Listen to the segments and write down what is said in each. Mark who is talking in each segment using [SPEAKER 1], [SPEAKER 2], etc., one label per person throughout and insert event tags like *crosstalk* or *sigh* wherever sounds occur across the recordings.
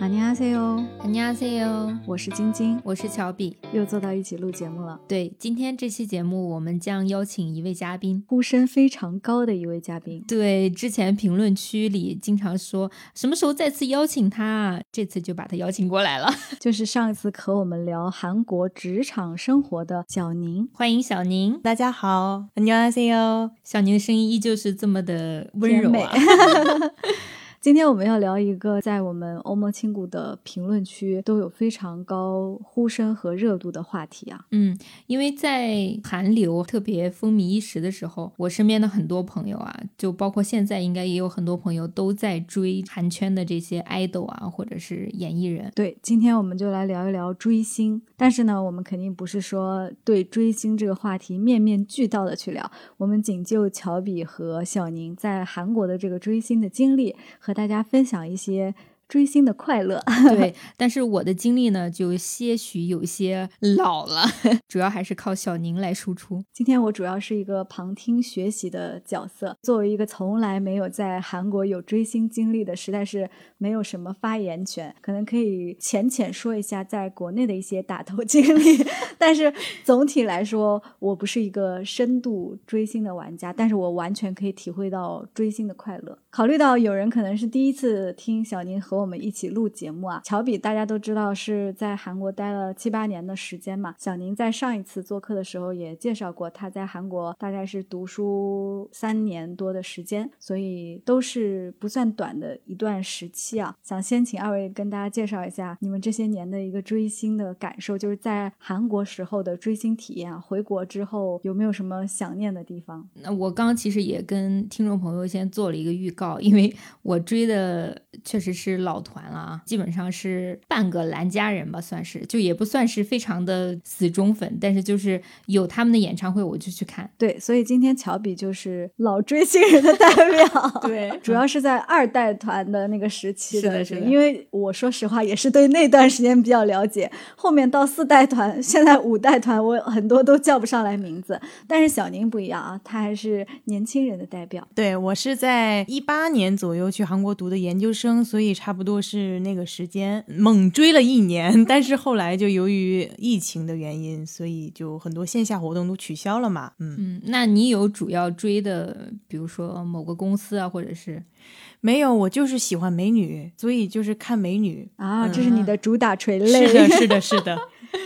[SPEAKER 1] 안녕하세요，
[SPEAKER 2] 안녕하세요，
[SPEAKER 1] 我是晶晶，
[SPEAKER 2] 我是乔比，
[SPEAKER 1] 又坐到一起录节目了。
[SPEAKER 2] 对，今天这期节目我们将邀请一位嘉宾，
[SPEAKER 1] 呼声非常高的一位嘉宾。
[SPEAKER 2] 对，之前评论区里经常说什么时候再次邀请他，啊这次就把他邀请过来了。 *laughs*
[SPEAKER 1] 就是上一次和我们聊韩国职场生活的小宁，
[SPEAKER 2] 欢迎小宁。
[SPEAKER 3] 大家好，안녕하세요。
[SPEAKER 2] 小宁的声音依旧是这么的温柔啊。 *laughs*
[SPEAKER 1] 今天我们要聊一个在我们欧盟青谷的评论区都有非常高呼声和热度的话题啊。
[SPEAKER 2] 嗯，因为在韩流特别风靡一时的时候，我身边的很多朋友啊，就包括现在应该也有很多朋友都在追韩圈的这些 idol 啊，或者是演艺人。
[SPEAKER 1] 对，今天我们就来聊一聊追星，但是呢，我们肯定不是说对追星这个话题面面俱到的去聊，我们仅就乔比和小宁在韩国的这个追星的经历。和大家分享一些追星的快乐。
[SPEAKER 2] 对，但是我的经历呢，就些许有些老了， *laughs* 主要还是靠小宁来输出。
[SPEAKER 1] 今天我主要是一个旁听学习的角色，作为一个从来没有在韩国有追星经历的，实在是没有什么发言权，可能可以浅浅说一下在国内的一些打头 *laughs* 经历。但是总体来说，我不是一个深度追星的玩家，但是我完全可以体会到追星的快乐。考虑到有人可能是第一次听小宁和我们一起录节目啊，乔比大家都知道是在韩国待了七八年的时间嘛。小宁在上一次做客的时候也介绍过，他在韩国大概是读书三年多的时间，所以都是不算短的一段时期啊。想先请二位跟大家介绍一下你们这些年的一个追星的感受，就是在韩国时候的追星体验啊，回国之后有没有什么想念的地方？
[SPEAKER 2] 那我刚其实也跟听众朋友先做了一个预告，因为我追的确实是老团了啊，基本上是半个兰家人吧，算是就也不算是非常的死忠粉，但是就是有他们的演唱会我就去看。
[SPEAKER 1] 对，所以今天乔比就是老追星人的代表，
[SPEAKER 2] *laughs* 对
[SPEAKER 1] 主要是在二代团的那个时期
[SPEAKER 2] 是的是的
[SPEAKER 1] 因为我说实话也是对那段时间比较了解，后面到四代团，现在五代团我很多都叫不上来名字，但是小宁不一样啊，他还是年轻人的代表。
[SPEAKER 3] 对我是在一八年左右去韩国读的研究生，所以差不多是那个时间猛追了一年， *laughs* 但是后来就由于疫情的原因，所以就很多线下活动都取消了嘛。嗯，
[SPEAKER 2] 嗯，那你有主要追的，比如说某个公司啊，或者是
[SPEAKER 3] 没有，我就是喜欢美女，所以就是看美女。
[SPEAKER 1] 啊，这是你
[SPEAKER 2] 嗯
[SPEAKER 1] 的主打垂泪，
[SPEAKER 3] 是
[SPEAKER 1] *laughs*
[SPEAKER 3] 的，是的，是的。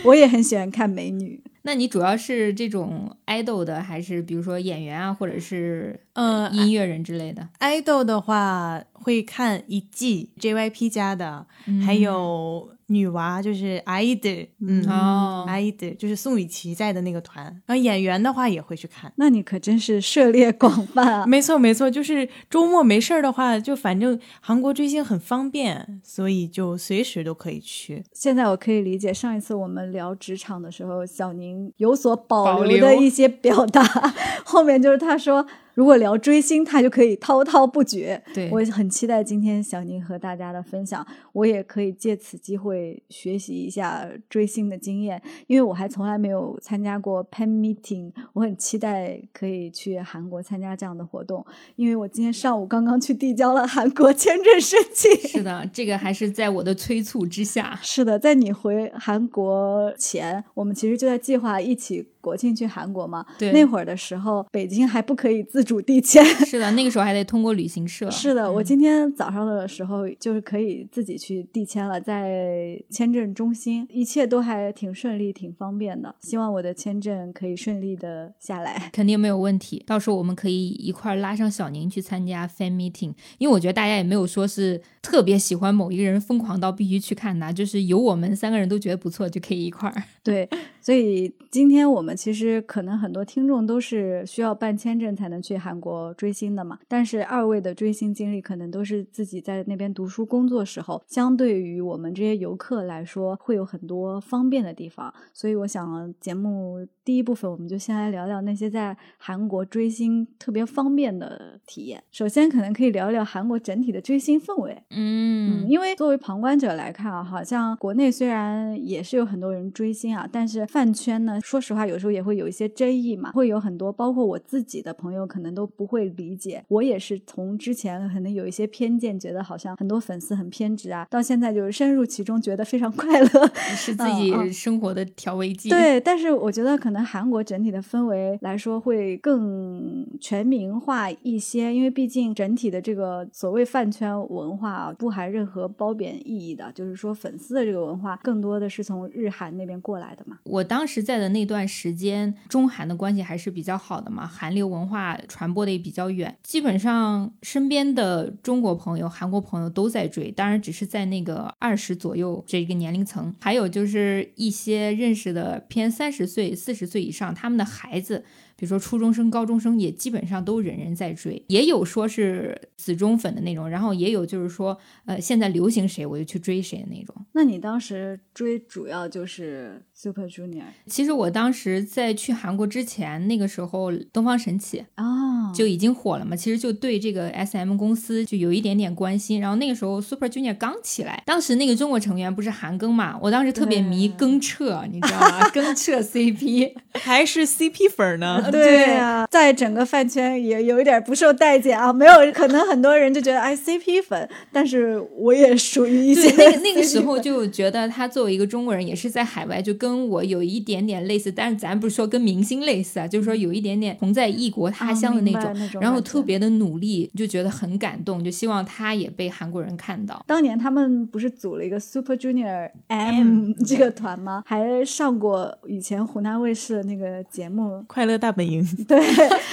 [SPEAKER 1] 我也很喜欢看美女。
[SPEAKER 2] 那你主要是这种 idol 的，还是比如说演员啊，或者是
[SPEAKER 3] 嗯
[SPEAKER 2] *laughs* 音乐人之类的？
[SPEAKER 3] 爱豆的话会看一季 JYP 家的，还有女娃就是 idol，嗯
[SPEAKER 2] 哦
[SPEAKER 3] idol 就是宋雨琦在的那个团。然后演员的话也会去看。
[SPEAKER 1] 那你可真是涉猎广泛啊！
[SPEAKER 3] 没错，没错，就是周末没事儿的话，就反正韩国追星很方便，所以就随时都可以去。
[SPEAKER 1] 现在我可以理解，上一次我们聊职场的时候，小宁有所保
[SPEAKER 3] 保
[SPEAKER 1] 留
[SPEAKER 3] 留
[SPEAKER 1] 的一些表达， *laughs* 后面就是他说，如果聊追星，他就可以滔滔不绝。
[SPEAKER 2] 对，
[SPEAKER 1] 我很期待今天小宁和大家的分享，我也可以借此机会学习一下追星的经验，因为我还从来没有参加过 fan meeting，我很期待可以去韩国参加这样的活动，因为我今天上午刚刚去递交了韩国签证申请。
[SPEAKER 2] 是的，这个还是在我的催促之 *laughs* 下。
[SPEAKER 1] 是的，在你回韩国前，我们其实就在计划一起国庆去韩国嘛。
[SPEAKER 2] 对，
[SPEAKER 1] 那会儿的时候，北京还不可以自主递签。
[SPEAKER 2] *laughs* 是嗯的，那个时候还得通过旅行社。
[SPEAKER 1] 是的，我今天早上的时候就是可以自己去递签了，在签证中心，一切都还挺顺利、挺方便的。希望我的签证可以顺利的下来。
[SPEAKER 2] 肯定没有问题。到时候我们可以一块儿拉上小宁去参加 fan meeting，因为我觉得大家也没有说是特别喜欢某一个人，疯狂到必须去看他，就是有我们三个人都觉得不错，就可以一块儿。
[SPEAKER 1] 对，所以今天我们其实可能很多听众都是需要办签证才能去韩国追星的嘛，但是二位的追星经历可能都是自己在那边读书工作时候，相对于我们这些游客来说，会有很多方便的地方。所以我想节目第一部分，我们就先来聊聊那些在韩国追星特别方便的体验。首先，可能可以聊聊韩国整体的追星氛围。
[SPEAKER 2] 嗯
[SPEAKER 1] 因因为作为旁观者来看啊，好像国内虽然也是有很多人追星啊，但是饭圈呢，说实话有时候也会有一些争议嘛，会有很多，包括我自己的朋友可能都不会理解。我也是从之前可能有一些偏见，觉得好像很多粉丝很偏执啊，到现在就是深入其中，觉得非常快乐。
[SPEAKER 2] *laughs* 是自己生活的调味剂。
[SPEAKER 1] 对，但是我觉得可能韩国整体的氛围来说会更全民化一些，因为毕竟整体的这个所谓饭圈文化啊，不含任何褒贬意义的，就是说粉丝的这个文化更多的是从日韩那边过来的嘛。
[SPEAKER 2] 我当时在的那段时间，中韩的关系还是比较好的嘛，韩流文化传播的也比较远，基本上身边的中国朋友、韩国朋友都在追，当然只是在那个二十左右这一个年龄层，还有就是一些认识的偏三十岁、四十岁以上，他们的孩子。比如说初中生、高中生也基本上都人人在追，也有说是死忠粉的那种，然后也有就是说，呃，现在流行谁我就去追谁的那种。
[SPEAKER 1] 那你当时追主要就是 Super Junior？
[SPEAKER 2] 其实我当时在去韩国之前，那个时候东方神起
[SPEAKER 1] 啊、
[SPEAKER 2] oh. 就已经火了嘛，其实就对这个 S M 公司就有一点点关心。然后那个时候 Super Junior 刚起来，当时那个中国成员不是韩庚嘛，我当时特别迷庚澈，你知道吗？庚 *laughs* 澈 C P
[SPEAKER 3] 还是 C P 粉呢。
[SPEAKER 1] 对呀、啊，在整个饭圈也有一点不受待见啊，没有可能很多人就觉得哎 CP 粉，但是我也属于一些啊
[SPEAKER 2] 那个那个时候就觉得他作为一个中国人，也是在海外就跟我有一点点类似，但是咱不是说跟明星类似啊，就是说有一点点同在异国他乡的那种，
[SPEAKER 1] 啊、那种
[SPEAKER 2] 然后特别的努力，就觉得很感动，就希望他也被韩国人看到。
[SPEAKER 1] 当年他们不是组了一个 Super Junior M *laughs* 这个团吗？还上过以前湖南卫视的那个节目《
[SPEAKER 3] 快乐大本》。
[SPEAKER 1] 对，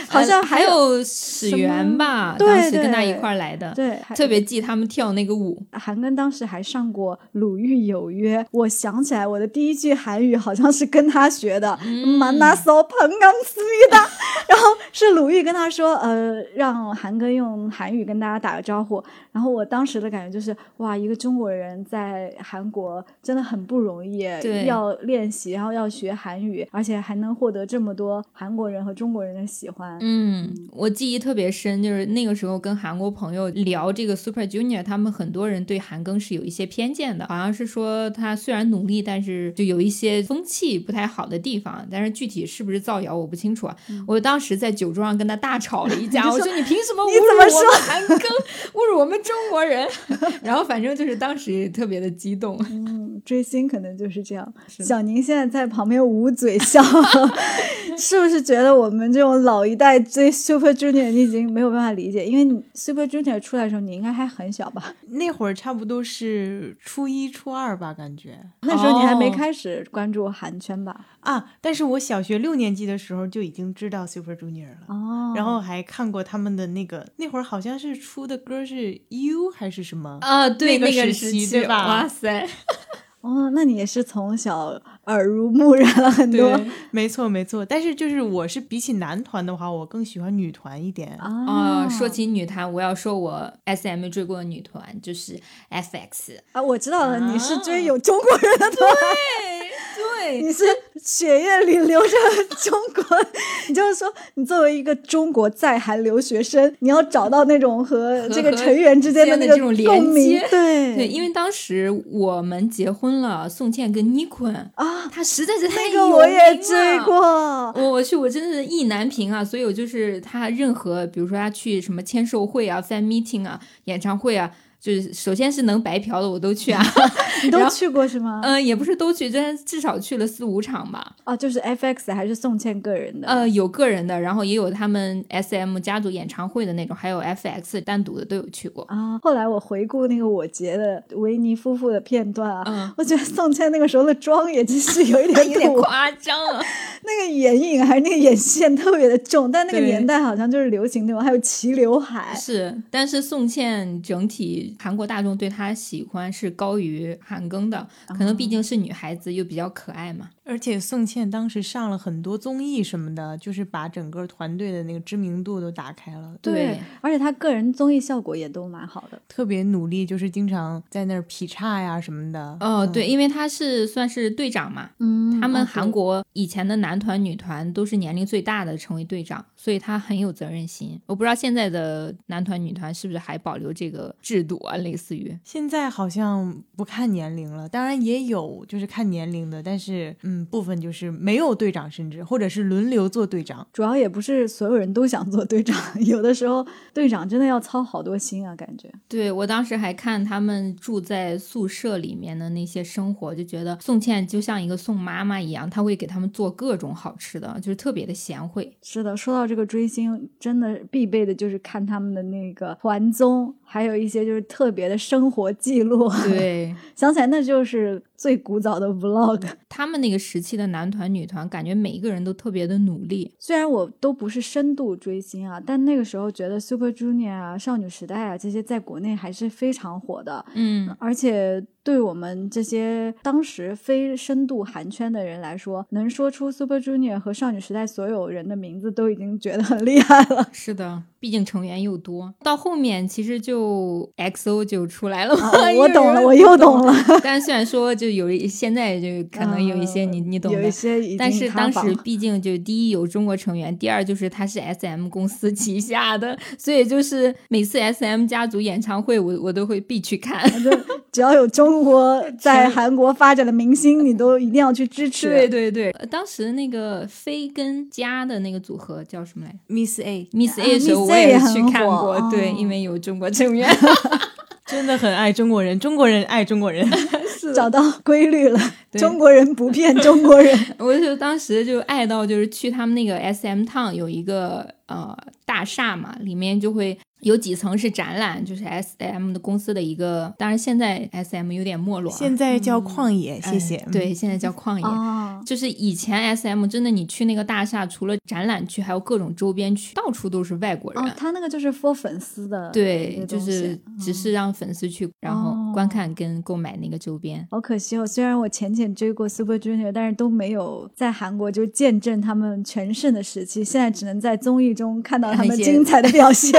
[SPEAKER 1] 好像
[SPEAKER 2] 呃还
[SPEAKER 1] 有
[SPEAKER 2] 始源吧，
[SPEAKER 1] 对
[SPEAKER 2] 当时跟他一块来的，
[SPEAKER 1] 对，
[SPEAKER 2] 特别记他们跳那个舞。
[SPEAKER 1] 韩庚当时还上过《鲁豫有约》，我想起来，我的第一句韩语好像是跟他学的，满拿手捧刚思密达。然后是鲁豫跟他说，呃，让韩庚用韩语跟大家打个招呼。然后我当时的感觉就是，哇，一个中国人在韩国真的很不容易，要练习，然后要学韩语，而且还能获得这么多韩国人。和中国人的喜欢，
[SPEAKER 2] 嗯，我记忆特别深，就是那个时候跟韩国朋友聊这个 Super Junior，他们很多人对韩庚是有一些偏见的，好像是说他虽然努力，但是就有一些风气不太好的地方，但是具体是不是造谣我不清楚啊。嗯、我当时在酒桌上跟他大吵了
[SPEAKER 1] *laughs*
[SPEAKER 2] 一架，
[SPEAKER 1] 说
[SPEAKER 2] 我说你凭什么侮
[SPEAKER 1] 辱我 *laughs*
[SPEAKER 2] 们韩庚，侮辱我们中国人？ *laughs* 然后反正就是当时也特别的激动，
[SPEAKER 1] 嗯，追星可能就是这样。小宁现在在旁边捂嘴笑， *laughs* 是不是觉得？我们这种老一代追 Super Junior，你已经没有办法理解，因为你 Super Junior 出来的时候，你应该还很小吧？
[SPEAKER 3] *laughs*
[SPEAKER 1] *laughs*
[SPEAKER 3] 那会儿差不多是初一、初二吧，感觉
[SPEAKER 1] 那时候你还没开始关注韩圈吧？
[SPEAKER 3] 哦、啊，但是我小学六年级的时候就已经知道 Super Junior 了，
[SPEAKER 1] 哦，
[SPEAKER 3] 然后还看过他们的那个，那会儿好像是出的歌是 You 还是什么
[SPEAKER 2] 啊？对，
[SPEAKER 3] 那
[SPEAKER 2] 个
[SPEAKER 3] 时期对吧？
[SPEAKER 2] 哇塞！
[SPEAKER 1] 哦，那你也是从小耳濡目染了很多，
[SPEAKER 3] 没错没错。但是就是我是比起男团的话，我更喜欢女团一点
[SPEAKER 1] 啊、
[SPEAKER 2] 哦。说起女团，我要说我 S M 追过的女团就是 F X
[SPEAKER 1] 啊，我知道了，啊、你是追有中国人的团，
[SPEAKER 2] 对对，
[SPEAKER 1] 你是血液里流着中国。 *laughs* 你就是说，你作为一个中国在韩留学生，你要找到那种和这个成员之间
[SPEAKER 2] 的
[SPEAKER 1] 那个
[SPEAKER 2] 连接，
[SPEAKER 1] 对
[SPEAKER 2] 对，因为当时我们结婚。了宋茜跟妮坤
[SPEAKER 1] 啊，
[SPEAKER 2] 他哦实在是太
[SPEAKER 1] 那个我也追过，
[SPEAKER 2] 我我去我真的是意难平啊！所以我就是他任何，比如说他去什么签售会啊、fan meeting 啊、演唱会啊。就是首先是能白嫖的我都去啊， *laughs*
[SPEAKER 1] 你都去过是吗？
[SPEAKER 2] 嗯、呃，也不是都去，但至少去了四五场吧。
[SPEAKER 1] 哦，就是 F X 还是宋茜个人的？
[SPEAKER 2] 呃，有个人的，然后也有他们 S M 家族演唱会的那种，还有 F X 单独的都有去过
[SPEAKER 1] 啊、哦。后来我回顾那个我杰的维尼夫妇的片段啊，
[SPEAKER 2] 嗯、
[SPEAKER 1] 我觉得宋茜那个时候的妆也真是
[SPEAKER 2] *laughs*
[SPEAKER 1] 有一点
[SPEAKER 2] *laughs* 有点夸张啊，
[SPEAKER 1] 那个眼影还是那个眼线特别的重，但那个年代好像就是流行那种，还有齐刘海
[SPEAKER 2] *laughs* 是，但是宋茜整体。韩国大众哦对她喜欢是高于韩庚的，可能毕竟是女孩子又比较可爱嘛。
[SPEAKER 3] 嗯而且宋茜当时上了很多综艺什么的，就是把整个团队的那个知名度都打开了，
[SPEAKER 2] 对
[SPEAKER 1] 而且她个人综艺效果也都蛮好的。
[SPEAKER 3] 特别努力，就是经常在那儿劈叉呀什么的。
[SPEAKER 2] 哦，对，因为他是算是队长嘛，
[SPEAKER 1] 嗯
[SPEAKER 2] 他们韩
[SPEAKER 1] 国。
[SPEAKER 2] 国以前的男团、女团都是年龄最大的成为队长，所以他很有责任心。我不知道现在的男团、女团是不是还保留这个制度啊，类似于
[SPEAKER 3] 现在好像不看年龄了，当然也有就是看年龄的，但是嗯，部分就是没有队长，甚至或者是轮流做队长。
[SPEAKER 1] 主要也不是所有人都想做队长， *laughs* 有的时候队长真的要操好多心啊，感觉。
[SPEAKER 2] 对我当时还看他们住在宿舍里面的那些生活，就觉得宋茜就像一个宋妈妈一样，她会给他们做各种好吃的，就是特别的
[SPEAKER 1] *laughs*
[SPEAKER 2] 贤惠。
[SPEAKER 1] 是的，说到这个追星，真的必备的就是看他们的那个团综，还有一些就是特别的生活记录。， *laughs*
[SPEAKER 2] 对
[SPEAKER 1] 想起来那就是最古早的 vlog。 *laughs*
[SPEAKER 2] 他们那个时期的男团、女团，感觉每一个人都特别的努力。
[SPEAKER 1] 虽然我都不是深度追星啊，但那个时候觉得 Super Junior 啊、少女时代啊这些在国内还是非常火的。 *laughs*
[SPEAKER 2] 嗯，。
[SPEAKER 1] 而且对我们这些当时非深度韩圈的人来说，能说出 Super Junior 和少女时代所有人的名字，都已经觉得很厉害了
[SPEAKER 2] 是的，毕竟成员又多，到后面其实就 XO 就出来了嘛、
[SPEAKER 1] *laughs* 啊我懂了，
[SPEAKER 2] 有人
[SPEAKER 1] 我
[SPEAKER 2] *laughs*
[SPEAKER 1] 又懂了。
[SPEAKER 2] 但虽然说就有一现在就可能有一些你、你懂
[SPEAKER 1] 嗯有一
[SPEAKER 2] 的。
[SPEAKER 1] 些已经
[SPEAKER 2] 但是
[SPEAKER 1] 塌
[SPEAKER 2] 当
[SPEAKER 1] 房
[SPEAKER 2] 时
[SPEAKER 1] 了
[SPEAKER 2] 毕竟就第一有中国成员，第二就是它是 S M 公司旗下的，所以就是每次 S M 家族演唱会我我都会必去看。
[SPEAKER 1] 只要有中 *laughs* 国在韩国发展的明星，你都一定要去支持。
[SPEAKER 2] 对对对，呃当时那个飞跟佳的那个组合叫什么来着
[SPEAKER 3] Miss A
[SPEAKER 2] ？Miss A
[SPEAKER 1] 啊
[SPEAKER 2] 的时候
[SPEAKER 1] Miss
[SPEAKER 2] 我
[SPEAKER 1] A 也很
[SPEAKER 2] 去看
[SPEAKER 1] 火
[SPEAKER 2] 过，对，
[SPEAKER 1] 哦
[SPEAKER 2] 因为有中国
[SPEAKER 1] *laughs*
[SPEAKER 2] 成员。
[SPEAKER 3] 真的很爱中国人，中国人爱中国人。
[SPEAKER 1] *laughs* 找到规律了，中国人不骗中国 *laughs* 人。
[SPEAKER 2] 我就当时就爱到，就是去他们那个 S M Town 有一个呃大厦嘛，里面就会有几层是展览，就是 S M 的公司的一个，当然现在 S M 有点没落啊，
[SPEAKER 3] *laughs* 现在叫旷野，谢谢。
[SPEAKER 1] 嗯
[SPEAKER 2] 哎，对，现在叫旷野。
[SPEAKER 1] 啊，
[SPEAKER 2] 就是以前 S M 真的，你去那个大厦，除了展览区，还有各种周边区，到处都是外国人。
[SPEAKER 1] 哦，他那个就是 for 粉丝的，
[SPEAKER 2] 对，
[SPEAKER 1] 这
[SPEAKER 2] 就
[SPEAKER 1] 东
[SPEAKER 2] 是
[SPEAKER 1] 西嗯
[SPEAKER 2] 只是让粉丝去，然后
[SPEAKER 1] 哦
[SPEAKER 2] 观看跟购买那个周边。
[SPEAKER 1] 好可惜哦，虽然我浅浅追过 Super Junior，但是都没有在韩国就见证他们全盛的时期，现在只能在综艺中看到他
[SPEAKER 2] 看
[SPEAKER 1] 们
[SPEAKER 2] 一些
[SPEAKER 1] 精彩的表
[SPEAKER 3] *laughs*
[SPEAKER 1] 现。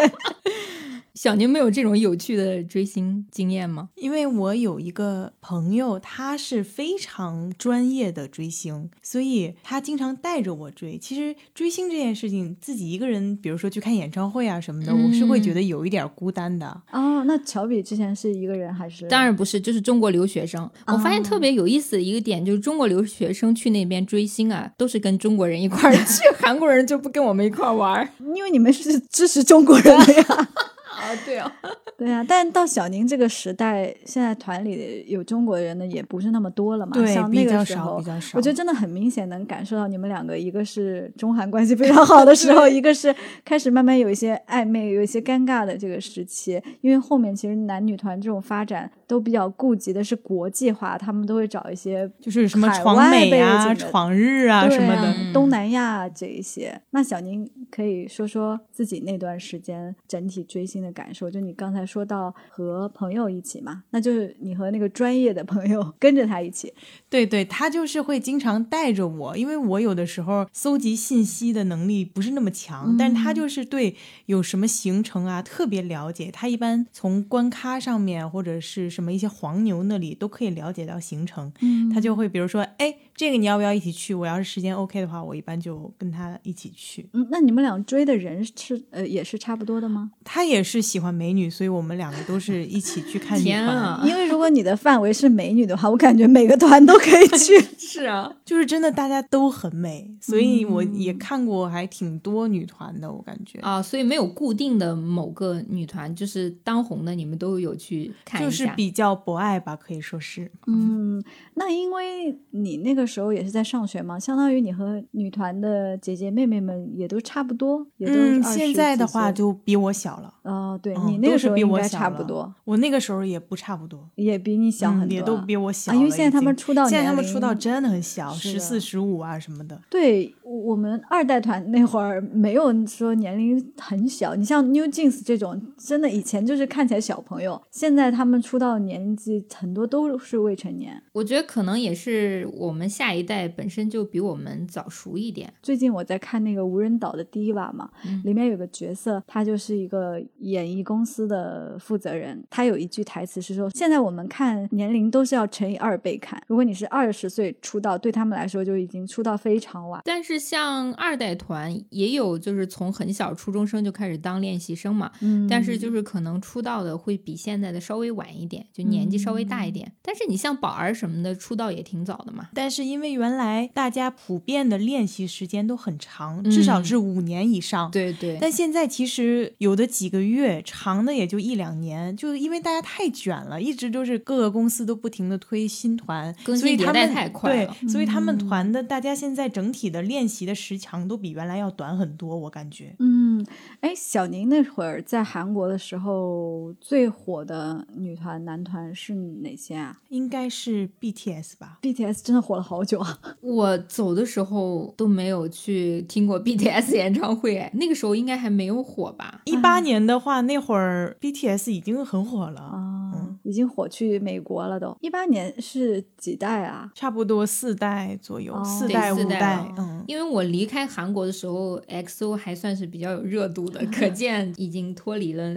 [SPEAKER 2] 小宁没有这种有趣的追星经验吗？
[SPEAKER 3] 因为我有一个朋友，他是非常专业的追星，所以他经常带着我追。其实追星这件事情，自己一个人，比如说去看演唱会啊什么的，我是会觉
[SPEAKER 1] 嗯
[SPEAKER 3] 得有一点孤单的。
[SPEAKER 1] 哦，那乔比之前是一个人还是？
[SPEAKER 2] 当然不是，就是中国留学生。我发
[SPEAKER 1] 哦
[SPEAKER 2] 现特别有意思的一个点，就是中国留学生去那边追星啊，都是跟中国人一块儿去， *laughs* 韩国人就不跟我们一块儿玩儿。
[SPEAKER 1] 因为你们是支持中国人的呀。 *laughs*
[SPEAKER 2] 啊，对啊，
[SPEAKER 1] 对呀、但到小宁这个时代，现在团里有中国人的也不是那么多了嘛。
[SPEAKER 3] 对
[SPEAKER 1] 像
[SPEAKER 3] 比
[SPEAKER 1] 那
[SPEAKER 3] 较
[SPEAKER 1] 个时
[SPEAKER 3] 少
[SPEAKER 1] 候，
[SPEAKER 3] 比较少
[SPEAKER 1] 我觉得真的很明显能感受到你们两个，一个是中韩关系非常好的时候，一个是开始慢慢有一些暧昧、有一些尴尬的这个时期。因为后面其实男女团这种发展都比较顾及的是国际化，他们都会找一些
[SPEAKER 3] 就是什么
[SPEAKER 1] 海
[SPEAKER 3] 闯
[SPEAKER 1] 外
[SPEAKER 3] 美啊、
[SPEAKER 1] 背景的
[SPEAKER 3] 闯日啊
[SPEAKER 1] 对
[SPEAKER 3] 什么
[SPEAKER 1] 啊
[SPEAKER 3] 的。
[SPEAKER 2] 嗯
[SPEAKER 1] 东南亚这一些。那小宁可以说说自己那段时间整体追星的感受，就你刚才说到和朋友一起嘛，那就是你和那个专业的朋友 *laughs* 跟着他一起，
[SPEAKER 3] 对对，他就是会经常带着我，因为我有的时候搜集信息的能力不是那么强，但是
[SPEAKER 2] 嗯
[SPEAKER 3] 他就是对有什么行程啊特别了解。他一般从关卡上面或者是什么一些黄牛那里都可以了解到行程，他
[SPEAKER 2] 嗯
[SPEAKER 3] 就会比如说，哎，这个你要不要一起去？我要是时间 OK 的话，我一般就跟他一起去。
[SPEAKER 1] 嗯，那你们俩追的人是呃也是差不多的吗？ *laughs*
[SPEAKER 3] 他也是喜欢美女，所以我们两个都是一起去看女
[SPEAKER 2] 天
[SPEAKER 3] 团
[SPEAKER 2] 啊，
[SPEAKER 1] 因为如果你的范围是美女的话，我感觉每个团都可以
[SPEAKER 3] *laughs*
[SPEAKER 1] 去。
[SPEAKER 3] 嗯
[SPEAKER 2] 是啊，
[SPEAKER 3] 就是真的大家都很美，所以
[SPEAKER 2] 嗯
[SPEAKER 3] 我也看过还挺多女团的，我感觉。
[SPEAKER 2] 啊，所以没有固定的某个女团，就是当红的，你们都有去看
[SPEAKER 3] 就
[SPEAKER 2] 一
[SPEAKER 3] 是
[SPEAKER 2] 下。
[SPEAKER 3] 比较博爱吧，可以说是。
[SPEAKER 1] 嗯，那因为你那个时候也是在上学嘛，相当于你和女团的姐姐妹妹们也都差不多，也都是
[SPEAKER 3] 嗯，
[SPEAKER 1] 20
[SPEAKER 3] 现在的
[SPEAKER 1] 几
[SPEAKER 3] 话
[SPEAKER 1] 岁
[SPEAKER 3] 就比我小了，
[SPEAKER 1] 哦，对、
[SPEAKER 3] 嗯
[SPEAKER 1] 你那
[SPEAKER 3] 都
[SPEAKER 1] 个
[SPEAKER 3] 是
[SPEAKER 1] 时候
[SPEAKER 3] 比
[SPEAKER 1] 应
[SPEAKER 3] 我
[SPEAKER 1] 该
[SPEAKER 3] 小
[SPEAKER 1] 差不
[SPEAKER 3] 了
[SPEAKER 1] 多。
[SPEAKER 3] 我那个时候也不差不多。嗯
[SPEAKER 1] 也比你小很多，
[SPEAKER 3] 也都比我小
[SPEAKER 1] 啊，
[SPEAKER 3] 了已经、
[SPEAKER 1] 因为现在他们出道，
[SPEAKER 3] 现在他们出道真的很小，
[SPEAKER 1] 是
[SPEAKER 3] 十
[SPEAKER 1] 的
[SPEAKER 3] 四、十五啊什么的。
[SPEAKER 1] 对我们二代团那会儿没有说年龄很小，你像 New Jeans 这种，真的以前就是看起来小朋友，现在他们出道的年纪很多都是未成年。
[SPEAKER 2] 我觉得可能也是我们下一代本身就比我们早熟一点，
[SPEAKER 1] 最近我在看那个无人岛的 Diva 嘛，
[SPEAKER 2] 嗯
[SPEAKER 1] 里面有个角色，他就是一个演艺公司的负责人，他有一句台词是说：“现在我们看年龄都是要乘以二倍看，如果你是二十岁出道，对他们来说就已经出道非常晚。”
[SPEAKER 2] 但是像二代团也有就是从很小初中生就开始当练习生嘛，
[SPEAKER 1] 嗯，
[SPEAKER 2] 但是就是可能出道的会比现在的稍微晚一点，就年纪稍微大一点。但是你像宝儿什么的出道也挺早的嘛，
[SPEAKER 3] 但是因为原来大家普遍的练习时间都很长，至少
[SPEAKER 2] 嗯
[SPEAKER 3] 是五年以上。
[SPEAKER 2] 对对
[SPEAKER 3] 但现在其实有的几个月，长的也就一两年，就因为大家太卷了，一直都是各个公司都不停的推新团，
[SPEAKER 2] 更
[SPEAKER 3] 所以
[SPEAKER 2] 新迭
[SPEAKER 3] 他
[SPEAKER 2] 代
[SPEAKER 3] 们
[SPEAKER 2] 太快了嗯
[SPEAKER 3] 对，所以他们团的大家现在整体的练习的时长都比原来要短很多，我感觉。
[SPEAKER 1] 嗯，哎，小宁那会儿在韩国的时候，最火的女团、男团是哪些啊
[SPEAKER 3] 应该是 BTS 吧？
[SPEAKER 1] ？BTS 真的火了好久
[SPEAKER 2] *laughs*
[SPEAKER 1] 啊！
[SPEAKER 2] 我走的时候都没有去听过 *laughs* BTS 演唱会，哎那个时候应该还没有火吧？
[SPEAKER 3] 一八年的话，那会儿 BTS 已经很火了，
[SPEAKER 1] 啊、
[SPEAKER 3] 嗯
[SPEAKER 1] 已经火去美国了都。一八年是几代啊？
[SPEAKER 3] 差不多四代左右，
[SPEAKER 1] 哦
[SPEAKER 3] 四
[SPEAKER 1] 对
[SPEAKER 3] 代
[SPEAKER 2] 四
[SPEAKER 3] 五
[SPEAKER 2] 代
[SPEAKER 3] 代
[SPEAKER 1] 了，
[SPEAKER 3] 嗯。
[SPEAKER 2] 因为我离开韩国的时候，XO 还算是比较有热度
[SPEAKER 1] *laughs*
[SPEAKER 2] 的，可见已经脱离了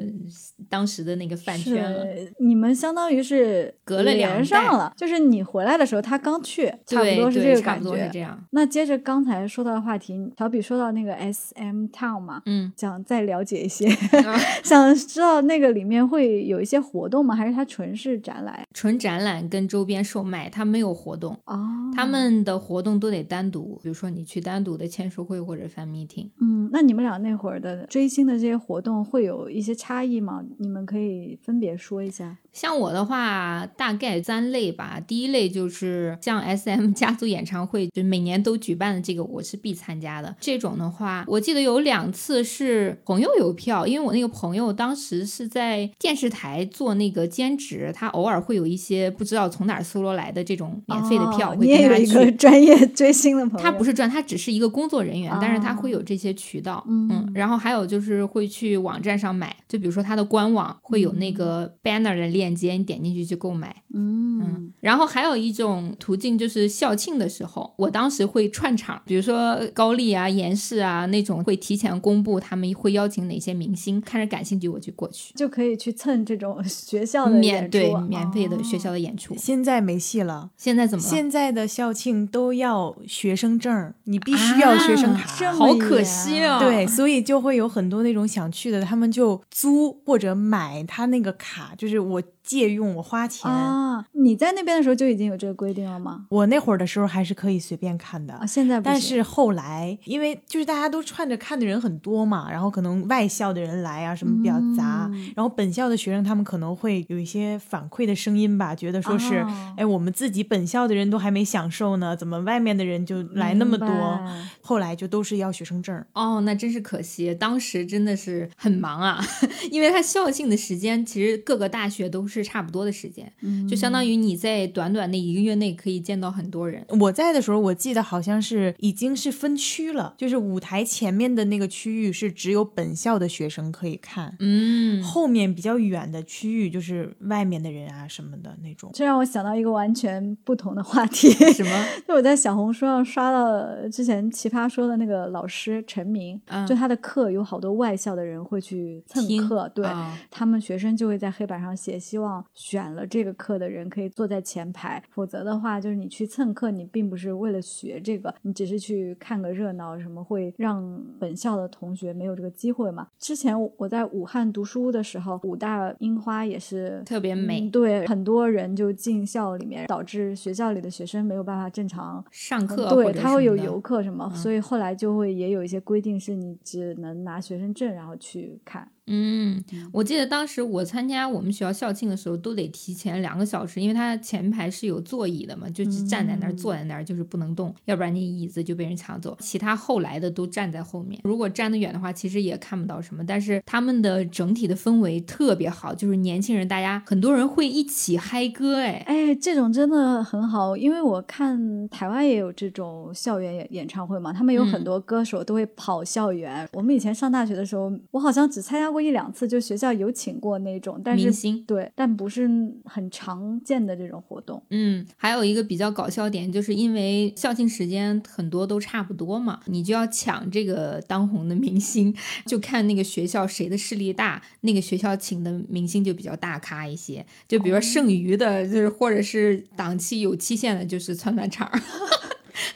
[SPEAKER 2] 当时的那个饭圈了。
[SPEAKER 1] 是你们相当于是
[SPEAKER 2] 隔了两代
[SPEAKER 1] 连上了，就是你回来的时候，他刚去，差不多是这
[SPEAKER 2] 对对
[SPEAKER 1] 个
[SPEAKER 2] 差
[SPEAKER 1] 感
[SPEAKER 2] 不多是
[SPEAKER 1] 觉
[SPEAKER 2] 这。样。
[SPEAKER 1] 那接着刚才说到的话题，小比说到那个 S M Town 嘛，
[SPEAKER 2] 嗯，
[SPEAKER 1] *laughs* 想再了解一些， *laughs* 想知道那个里面会有一些活动吗？还是它纯是展览？啊
[SPEAKER 2] 纯展览跟周边售卖，它没有活动，
[SPEAKER 1] 哦，
[SPEAKER 2] 他们的活动都得单独，比如说你去单独的签售会或者 fan meeting。
[SPEAKER 1] 嗯，那你们俩那会儿的追星的这些活动会有一些差异吗？你们可以分别说一下。
[SPEAKER 2] 像我的话，大概三类吧。第一类就是像 S M 家族演唱会，就每年都举办的这个，我是必参加的。这种的话，我记得有两次是朋友有票，因为我那个朋友当时是在电视台做那个兼职，他偶尔会有一些不知道从哪儿搜罗来的这种免费的票，
[SPEAKER 1] 哦
[SPEAKER 2] 我
[SPEAKER 1] 你
[SPEAKER 2] 会
[SPEAKER 1] 也
[SPEAKER 2] 跟
[SPEAKER 1] 有
[SPEAKER 2] 他
[SPEAKER 1] 一
[SPEAKER 2] 去。
[SPEAKER 1] 个专业追星的朋友，
[SPEAKER 2] 他不是专，他只是一个工作人员，但是他
[SPEAKER 1] 啊
[SPEAKER 2] 会有这些渠道，
[SPEAKER 1] 嗯
[SPEAKER 2] 然后还有就是会去网站上买，就比如说他的官网会有那个 banner 的链接，你点进去去购买，
[SPEAKER 1] 嗯
[SPEAKER 2] 嗯，然后还有一种途径就是校庆的时候，我当时会串场，比如说高丽啊、严氏啊那种，会提前公布他们会邀请哪些明星，看着感兴趣我就过去，
[SPEAKER 1] 就可以去蹭这种 *laughs* 学校的演
[SPEAKER 2] 免
[SPEAKER 1] 出
[SPEAKER 2] 对免费的学
[SPEAKER 1] 哦
[SPEAKER 2] 校的演出。
[SPEAKER 3] 现在没戏了，
[SPEAKER 2] 现在怎么了？
[SPEAKER 3] 现在的校庆都要学生证儿，你必须要学生
[SPEAKER 1] 啊这
[SPEAKER 3] 卡。
[SPEAKER 1] 么
[SPEAKER 2] 好可惜
[SPEAKER 1] 严啊
[SPEAKER 2] 啊！
[SPEAKER 3] 对，所以就会有很多那种想去的，他们就租或者买他那个卡，就是我借用，我花钱。
[SPEAKER 1] 啊！你在那边的时候就已经有这个规定了吗？
[SPEAKER 3] 我那会儿的时候还是可以随便看的
[SPEAKER 1] 啊，，现在不
[SPEAKER 3] 但
[SPEAKER 1] 行
[SPEAKER 3] 是后来因为就是大家都串着看的人很多嘛，然后可能外校的人来啊，什么比较杂，
[SPEAKER 1] 嗯
[SPEAKER 3] 然后本校的学生他们可能会有一些反馈的声音吧，觉得说是，
[SPEAKER 1] 哦
[SPEAKER 3] 哎，我们自己本校的人都还没享受呢，怎么外面的人就来那么
[SPEAKER 1] 明
[SPEAKER 3] 多？
[SPEAKER 1] 白
[SPEAKER 3] 后来就都是要学生证儿，
[SPEAKER 2] 哦，那真是可惜，当时真的是很忙啊， *laughs* 因为他校庆的时间其实各个大学都是差不多的时间，就相
[SPEAKER 1] 嗯
[SPEAKER 2] 当于你在短短的一个月内可以见到很多人。
[SPEAKER 3] 我在的时候，我记得好像是已经是分区了，就是舞台前面的那个区域是只有本校的学生可以看，
[SPEAKER 2] 嗯，
[SPEAKER 3] 后面比较远的区域就是外面的人啊什么的那种。
[SPEAKER 1] 这让我想到一个完全不同的话题，
[SPEAKER 2] 什么？
[SPEAKER 1] *laughs* 就我在小红书上刷到之前奇葩说的那个老师陈明，
[SPEAKER 2] 嗯
[SPEAKER 1] 就他的课有好多外校的人会去蹭
[SPEAKER 2] 听
[SPEAKER 1] 课，对、
[SPEAKER 2] 啊
[SPEAKER 1] 他们学生就会在黑板上写，希望选了这个课的人可以坐在前排，否则的话就是你去蹭课，你并不是为了学这个，你只是去看个热闹，什么会让本校的同学没有这个机会嘛？之前我在武汉读书的时候，武大樱花也是
[SPEAKER 2] 特别美
[SPEAKER 1] 嗯对，很多人就进校里面，导致学校里的学生没有办法正常。
[SPEAKER 2] 上课、
[SPEAKER 1] 对，他会有游
[SPEAKER 2] 游。
[SPEAKER 1] 客什么，所以后来就会也有一些规定，是你只能拿学生证然后去看。
[SPEAKER 2] 嗯，我记得当时我参加我们学校校庆的时候，都得提前两个小时，因为它前排是有座椅的嘛，就只站在那儿、
[SPEAKER 1] 嗯
[SPEAKER 2] 坐在那儿，就是不能动，要不然你椅子就被人抢走。其他后来的都站在后面，如果站得远的话，其实也看不到什么。但是他们的整体的氛围特别好，就是年轻人，大家很多人会一起嗨歌，哎，
[SPEAKER 1] 哎，这种真的很好，因为我看台湾也有这种校园演演唱会嘛，他们有很
[SPEAKER 2] 嗯
[SPEAKER 1] 多歌手都会跑校园。我们以前上大学的时候，我好像只参加过一两次，就学校有请过那种，但
[SPEAKER 2] 明
[SPEAKER 1] 是
[SPEAKER 2] 星。
[SPEAKER 1] 对，但不是很常见的这种活动。
[SPEAKER 2] 嗯，还有一个比较搞笑点，就是因为校庆时间很多都差不多嘛，你就要抢这个当红的明星，就看那个学校谁的势力大，那个学校请的明星就比较大咖一些。就比如说剩余的，就是或者是档期有期限的，就是窜窜场儿。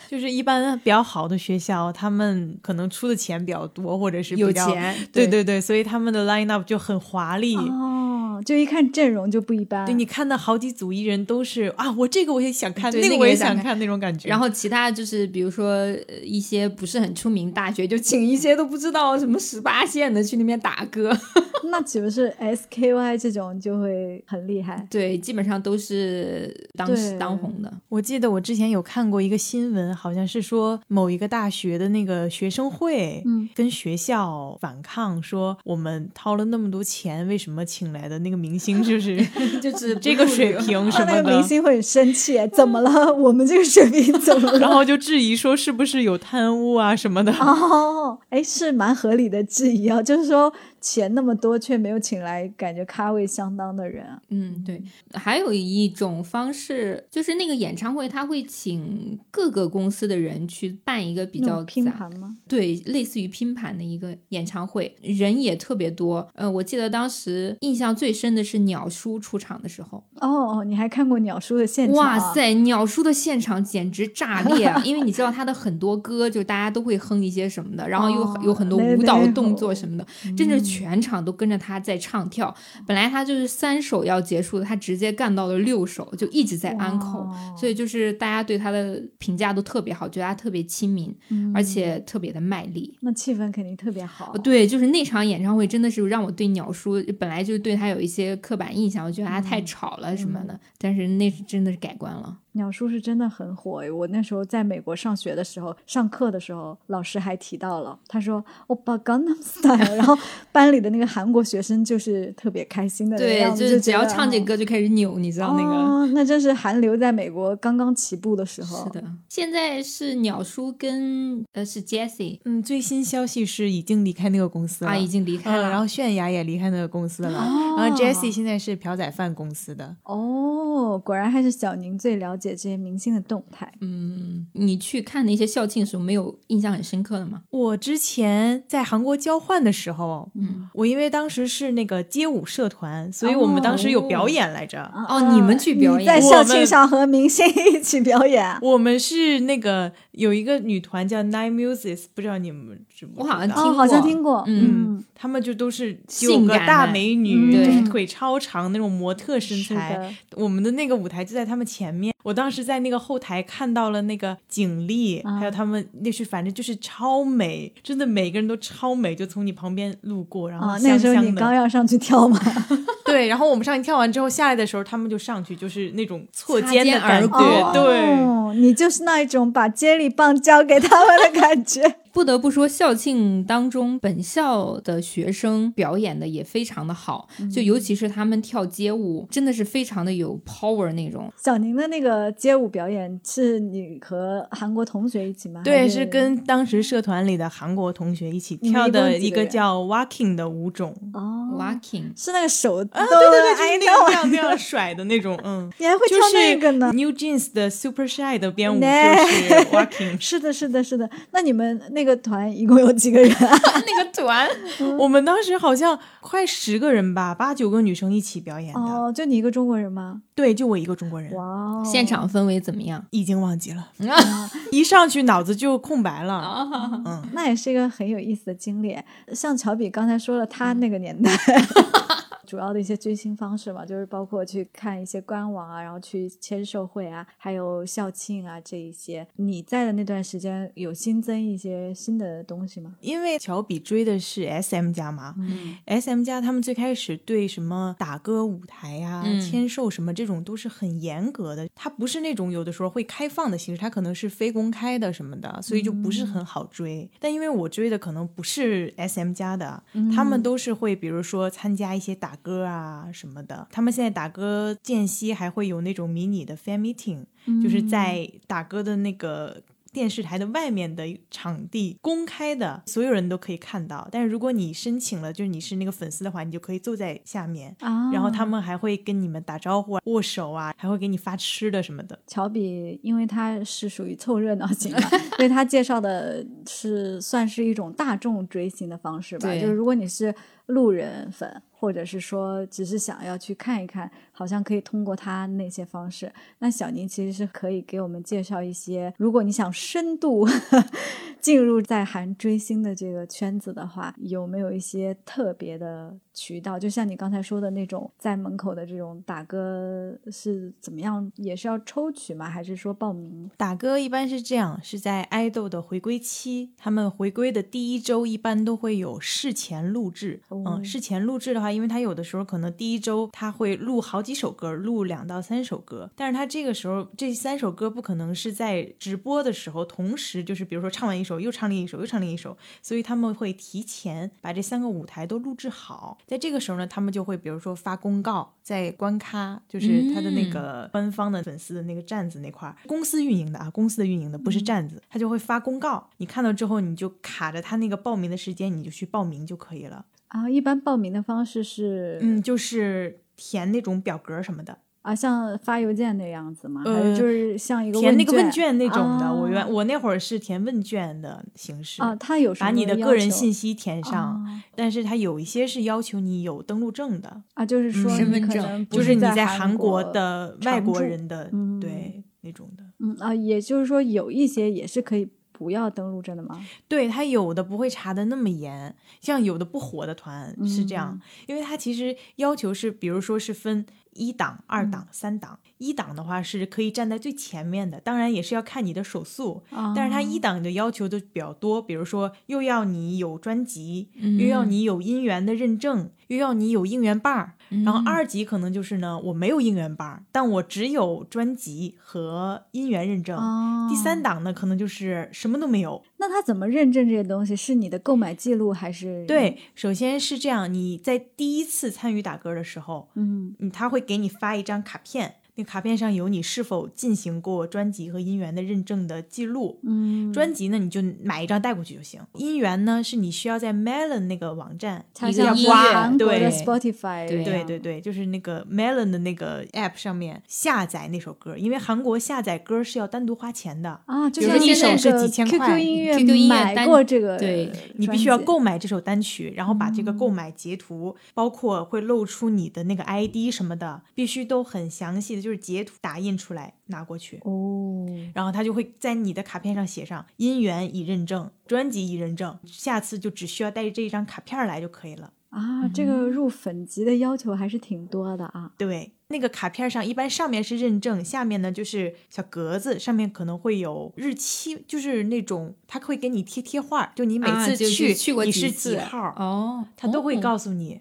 [SPEAKER 3] 就是一般比较好的学校，他们可能出的钱比较多，或者是比
[SPEAKER 2] 有
[SPEAKER 3] 较
[SPEAKER 2] 钱
[SPEAKER 3] 对
[SPEAKER 2] 对
[SPEAKER 3] 对对，所以他们的 line up 就很华丽。
[SPEAKER 1] 哦，就一看阵容就不一般。
[SPEAKER 3] 对你看到好几组艺人都是啊，我这个我也想看，
[SPEAKER 2] 对
[SPEAKER 3] 那
[SPEAKER 2] 那
[SPEAKER 3] 个
[SPEAKER 2] 个
[SPEAKER 3] 我
[SPEAKER 2] 也
[SPEAKER 3] 也
[SPEAKER 2] 想
[SPEAKER 3] 想
[SPEAKER 2] 看
[SPEAKER 3] 看那种感觉。
[SPEAKER 2] 然后其他就是比如说呃一些不是很出名大学，就请一些都不知道什么十八线的去那边打歌。 *laughs*
[SPEAKER 1] 那岂不是 SKY 这种就会很厉害？
[SPEAKER 2] 对，基本上都是当时
[SPEAKER 1] 对
[SPEAKER 2] 当红的。
[SPEAKER 3] 我记得我之前有看过一个新闻，好像是说某一个大学的那个学生会，
[SPEAKER 1] 嗯，
[SPEAKER 3] 跟学校反抗，说我们掏了那么多钱，为什么请来的那个明星就是
[SPEAKER 2] *laughs* 就是不啊
[SPEAKER 3] 这个
[SPEAKER 2] 入
[SPEAKER 3] 水
[SPEAKER 2] 流
[SPEAKER 3] 平
[SPEAKER 1] 那
[SPEAKER 3] 什
[SPEAKER 1] 啊那
[SPEAKER 3] 么
[SPEAKER 1] 个明
[SPEAKER 3] 的？
[SPEAKER 1] 星会很生气，
[SPEAKER 2] *laughs*
[SPEAKER 1] 怎么了？ *laughs* 我们这个水平怎么了？
[SPEAKER 3] 然后就质疑说是不是有贪污啊什么的。
[SPEAKER 1] *laughs* 哦，哎，是蛮合理的质疑啊，就是说钱那么多却没有请来感觉咖位相当的人啊，
[SPEAKER 2] 嗯，对，还有一种方式就是那个演唱会，他会请各个公司的人去办一个比
[SPEAKER 1] 那种
[SPEAKER 2] 较
[SPEAKER 1] 拼
[SPEAKER 2] 杂
[SPEAKER 1] 盘吗？
[SPEAKER 2] 对，类似于拼盘的一个演唱会，人也特别多。呃，我记得当时印象最深的是鸟叔出场的时候，
[SPEAKER 1] 哦哦，你还看过鸟叔的现场？啊
[SPEAKER 2] 哇！塞，鸟叔的现场简直炸裂
[SPEAKER 1] *laughs*
[SPEAKER 2] 啊！因为你知道他的很多歌，就大家都会哼一些什么的，然后又
[SPEAKER 1] 哦
[SPEAKER 2] 有很多
[SPEAKER 1] 那
[SPEAKER 2] 舞蹈
[SPEAKER 1] 那
[SPEAKER 2] 动作什么的，
[SPEAKER 1] 嗯
[SPEAKER 2] 真是全场都跟着他在唱跳。本来他就是三首要结束的，他直接干到了六首，就一直在
[SPEAKER 1] 哇
[SPEAKER 2] uncle，所以就是大家对他的评价都特别好，觉得他特别亲民，
[SPEAKER 1] 嗯
[SPEAKER 2] 而且特别的卖力。
[SPEAKER 1] 那气氛肯定特别好。
[SPEAKER 2] 哦，对，就是那场演唱会真的是让我对鸟叔本来就对他有一些刻板印象，我觉得他
[SPEAKER 1] 嗯
[SPEAKER 2] 太吵了什么的，但是那是真的是改观了。
[SPEAKER 1] 鸟叔是真的很火诶，我那时候在美国上学的时候，上课的时候，老师还提到了，他说“我把 Gangnam Style”，然后班里的那个韩国学生就是特别开心的那个
[SPEAKER 2] 对
[SPEAKER 1] 样，子，
[SPEAKER 2] 就是只
[SPEAKER 1] 觉
[SPEAKER 2] 要
[SPEAKER 1] 得嗯啊
[SPEAKER 2] 唱这。歌就开始扭，你知道那个。
[SPEAKER 1] 哦，那真是韩流在美国刚刚起步的时候。
[SPEAKER 2] 是的，现在是鸟叔跟呃是 Jesse
[SPEAKER 3] *laughs* 嗯，最新消息是已经离开那个公司了，
[SPEAKER 2] 啊已经离开
[SPEAKER 3] 嗯，
[SPEAKER 2] 了，哦
[SPEAKER 3] 然后泫雅也离开那个公司了，然后 Jessie 现在是朴宰范公司的。
[SPEAKER 1] 哦，果然还是小宁最了解这些明星的动态。
[SPEAKER 2] 嗯，你去看那些校庆的时候没有印象很深刻的吗？
[SPEAKER 3] 我之前在韩国交换的时候，
[SPEAKER 2] 嗯，
[SPEAKER 3] 我因为当时是那个街舞社团，所以我们当时有表演来着。
[SPEAKER 1] 啊
[SPEAKER 2] 哦你们去表演
[SPEAKER 1] 你在
[SPEAKER 3] 我
[SPEAKER 1] 校庆
[SPEAKER 3] 们
[SPEAKER 1] 上和明星一起表演。
[SPEAKER 3] 我们是那个有一个女团叫 Nine Muses，不知道你们知不知
[SPEAKER 2] 我
[SPEAKER 3] 道？
[SPEAKER 2] 好像听
[SPEAKER 1] 哦，好像听过。
[SPEAKER 2] 嗯
[SPEAKER 1] 嗯，
[SPEAKER 3] 他们就都是九
[SPEAKER 2] 性
[SPEAKER 3] 个
[SPEAKER 2] 感
[SPEAKER 3] 大
[SPEAKER 2] 的
[SPEAKER 3] 美女，
[SPEAKER 2] 嗯
[SPEAKER 3] 就是
[SPEAKER 1] 对
[SPEAKER 3] 腿超长那种模特身
[SPEAKER 1] 是
[SPEAKER 3] 材
[SPEAKER 1] 的。哦
[SPEAKER 3] 我们的那个舞台就在他们前面，我当时在那个后台看到了那个景丽，还有他们那是反正就是超美，真的每个人都超美，就从你旁边路过，然后
[SPEAKER 1] 啊，那
[SPEAKER 3] 香
[SPEAKER 1] 个时候
[SPEAKER 3] 香
[SPEAKER 1] 你
[SPEAKER 3] 的。
[SPEAKER 1] 刚要上去跳吗？
[SPEAKER 3] *laughs* 对，然后我们上去跳完之后下来的时候，他们就上去就是那种错
[SPEAKER 2] 擦
[SPEAKER 3] 肩
[SPEAKER 2] 肩
[SPEAKER 3] 的
[SPEAKER 2] 而
[SPEAKER 3] 感
[SPEAKER 2] 过
[SPEAKER 3] 觉， *laughs* 对。
[SPEAKER 1] 哦，你就是那一种把接力棒交给他们的感觉。 *laughs*
[SPEAKER 2] 不得不说，校庆当中本校的学生表演的也非常的好，就尤其是他们跳街舞，真的是非常的有 power 那种。
[SPEAKER 1] 小宁的那个街舞表演是你和韩国同学一起吗？还
[SPEAKER 3] 对，是跟当时社团里的韩国同学一起
[SPEAKER 1] 你们
[SPEAKER 3] 跳
[SPEAKER 1] 一共
[SPEAKER 3] 的
[SPEAKER 1] 几
[SPEAKER 3] 一
[SPEAKER 1] 个
[SPEAKER 3] 个
[SPEAKER 1] 人
[SPEAKER 3] 叫 walking 的舞种，
[SPEAKER 1] 哦，
[SPEAKER 2] Walking，
[SPEAKER 1] 是那个手啊，
[SPEAKER 3] 对对对，就是那个
[SPEAKER 1] 哎
[SPEAKER 3] 这
[SPEAKER 1] 呀
[SPEAKER 3] 样这样甩的那种，
[SPEAKER 1] *laughs*
[SPEAKER 3] 嗯，
[SPEAKER 1] 你还会跳
[SPEAKER 3] 就是
[SPEAKER 1] 那个呢？
[SPEAKER 3] New Jeans 的 Super Shy
[SPEAKER 1] *laughs*
[SPEAKER 3] 的编舞就
[SPEAKER 1] 那
[SPEAKER 3] 是
[SPEAKER 1] *laughs*
[SPEAKER 3] walking。
[SPEAKER 1] 是的，是的，是的。那你们那个团一共有几
[SPEAKER 3] *laughs*
[SPEAKER 1] 个人啊？
[SPEAKER 2] 那个团，
[SPEAKER 3] 我们当时好像快十个人吧，八九个女生一起表演的。
[SPEAKER 1] 哦哦，就你一个中国人吗？
[SPEAKER 3] 对，就我一个中国人，
[SPEAKER 1] 哇哦，
[SPEAKER 2] 现场氛围怎么样？
[SPEAKER 3] 已经忘记了，
[SPEAKER 2] *laughs*
[SPEAKER 3] 一上去脑子就空白
[SPEAKER 1] 哦
[SPEAKER 3] 了。嗯，
[SPEAKER 1] 那也是一个很有意思的经历。像乔比刚才说了，他那个年代。 *laughs* 主要的一些追星方式嘛，就是包括去看一些官网啊，然后去签售会啊，还有校庆啊这一些。你在的那段时间有新增一些新的东西吗？
[SPEAKER 3] 因为乔比追的是 S M 家嘛、
[SPEAKER 1] 嗯
[SPEAKER 3] s M 家他们最开始对什么打歌舞台呀、
[SPEAKER 2] 嗯
[SPEAKER 3] 签售什么这种都是很严格的，它不是那种有的时候会开放的形式，它可能是非公开的什么的，所以就不是很好追。但因为我追的可能不是 S M 家的，他们都是会比如说参加一些打歌啊什么的，他们现在打歌间隙还会有那种迷你的 fan meeting，、就是在打歌的那个。电视台的外面的场地公开的，所有人都可以看到。但是如果你申请了，就是你是那个粉丝的话，你就可以坐在下面，
[SPEAKER 1] 啊，
[SPEAKER 3] 然后他们还会跟你们打招呼、啊、握手啊，还会给你发吃的什么的。
[SPEAKER 1] 乔比，因为他是属于凑热闹型嘛，所以他介绍的是算是一种大众追星的方式吧。
[SPEAKER 2] 对
[SPEAKER 1] 就是如果你是路人粉，或者是说只是想要去看一看，好像可以通过他那些方式。那小宁其实是可以给我们介绍一些，如果你想深度进入在韩追星的这个圈子的话，有没有一些特别的渠道？就像你刚才说的那种，在门口的这种打歌是怎么样？也是要抽取吗？还是说报名？
[SPEAKER 3] 打歌一般是这样，是在爱豆的回归期，他们回归的第一周一般都会有事前录制。
[SPEAKER 1] 哦
[SPEAKER 3] 嗯，事前录制的话，因为他有的时候可能第一周他会录好几首歌，录两到三首歌，但是他这个时候这三首歌不可能是在直播的时候同时，就是比如说唱完一首又唱另一首又唱另一首，所以他们会提前把这三个舞台都录制好。在这个时候呢，他们就会比如说发公告，在官咖，就是他的
[SPEAKER 1] 嗯
[SPEAKER 3] 那个官方的粉丝的那个站子那块儿，公司运营的啊，公司的运营的
[SPEAKER 1] 嗯
[SPEAKER 3] 不是站子，他就会发公告。你看到之后，你就卡着他那个报名的时间，你就去报名就可以了。
[SPEAKER 1] 啊，一般报名的方式是，
[SPEAKER 3] 嗯，就是填那种表格什么的。
[SPEAKER 1] 啊，像发邮件那样子吗？还
[SPEAKER 3] 呃
[SPEAKER 1] 是就是像一个
[SPEAKER 3] 填那个问
[SPEAKER 1] 问
[SPEAKER 3] 卷那种的，
[SPEAKER 1] 啊
[SPEAKER 3] 我原我那会儿是填问卷的形式
[SPEAKER 1] 啊，他有什么
[SPEAKER 3] 把你的个人
[SPEAKER 1] 要求
[SPEAKER 3] 信息填上，
[SPEAKER 1] 啊
[SPEAKER 3] 但是它有一些是要求你有登录证的，
[SPEAKER 1] 啊，就是说
[SPEAKER 3] 身
[SPEAKER 1] 你
[SPEAKER 2] 份
[SPEAKER 1] 可
[SPEAKER 2] 证
[SPEAKER 1] 能不
[SPEAKER 3] 就是你
[SPEAKER 1] 在
[SPEAKER 3] 在韩
[SPEAKER 1] 国
[SPEAKER 3] 国的
[SPEAKER 1] 常
[SPEAKER 3] 外国
[SPEAKER 1] 住
[SPEAKER 3] 人的
[SPEAKER 1] 嗯
[SPEAKER 3] 对那种的，
[SPEAKER 1] 嗯啊，也就是说有一些也是可以不要登录证的吗？
[SPEAKER 3] 对他有的不会查的那么严，像有的不火的团
[SPEAKER 1] 嗯
[SPEAKER 3] 是这样，因为它其实要求是，比如说是分一档、
[SPEAKER 1] 嗯
[SPEAKER 3] 二档、三档，一档的话是可以站在最前面的，当然也是要看你的手速，
[SPEAKER 1] 啊，
[SPEAKER 3] 但是它一档的要求就比较多，比如说又要你有专辑，
[SPEAKER 2] 嗯
[SPEAKER 3] 又要你有音源的认证，又要你有应援棒儿。然后二级可能就是呢，我没有应援棒儿，但我只有专辑和音源认证。
[SPEAKER 1] 哦
[SPEAKER 3] 第三档呢，可能就是什么都没有。
[SPEAKER 1] 那他怎么认证这些东西？是你的购买记录还是？
[SPEAKER 3] 对，首先是这样，你在第一次参与打歌的时候，
[SPEAKER 1] 嗯，
[SPEAKER 3] 嗯，他会给你发一张卡片，那卡片上有你是否进行过专辑和音源的认证的记录。
[SPEAKER 1] 嗯
[SPEAKER 3] 专辑呢，你就买一张带过去就行。音源呢，是你需要在 Melon 那个网站，
[SPEAKER 1] 它
[SPEAKER 2] 一个
[SPEAKER 1] 像
[SPEAKER 2] 音
[SPEAKER 1] 刮
[SPEAKER 2] 乐
[SPEAKER 1] 韩国的
[SPEAKER 3] 对
[SPEAKER 1] Spotify，
[SPEAKER 2] 对
[SPEAKER 1] 一
[SPEAKER 3] 对
[SPEAKER 1] 样
[SPEAKER 3] 对对，就是那个 Melon 的那个 App 上面下载那首歌，因为韩国下载歌是要单独花钱的，
[SPEAKER 1] 啊，就
[SPEAKER 3] 比如
[SPEAKER 1] 像
[SPEAKER 3] 说一首
[SPEAKER 1] 那
[SPEAKER 3] 是
[SPEAKER 1] 个
[SPEAKER 3] 几千
[SPEAKER 1] QQ
[SPEAKER 3] 块
[SPEAKER 1] 音乐
[SPEAKER 2] QQ 音乐
[SPEAKER 1] 买
[SPEAKER 2] 单
[SPEAKER 1] 过这个，
[SPEAKER 2] 对
[SPEAKER 3] 你必须要。购买这首单曲，然后把这个
[SPEAKER 1] 嗯
[SPEAKER 3] 购买截图，包括会露出你的那个 ID 什么的，必须都很详细的，就是截图打印出来拿过去。
[SPEAKER 1] 哦，
[SPEAKER 3] 然后他就会在你的卡片上写上音源已认证，专辑已认证，下次就只需要带着这一张卡片来就可以了。
[SPEAKER 1] 啊，这
[SPEAKER 3] 嗯
[SPEAKER 1] 个入粉级的要求还是挺多的啊。
[SPEAKER 3] 对，那个卡片上一般上面是认证，下面呢就是小格子，上面可能会有日期，就是那种他会给你贴贴画儿，就你每
[SPEAKER 2] 啊
[SPEAKER 3] 次
[SPEAKER 2] 就是
[SPEAKER 3] 去、
[SPEAKER 2] 去过
[SPEAKER 3] 你
[SPEAKER 2] 几
[SPEAKER 3] 是
[SPEAKER 2] 次
[SPEAKER 3] 几号，
[SPEAKER 2] 哦，
[SPEAKER 3] 他都会
[SPEAKER 2] 哦嗯
[SPEAKER 3] 告诉你。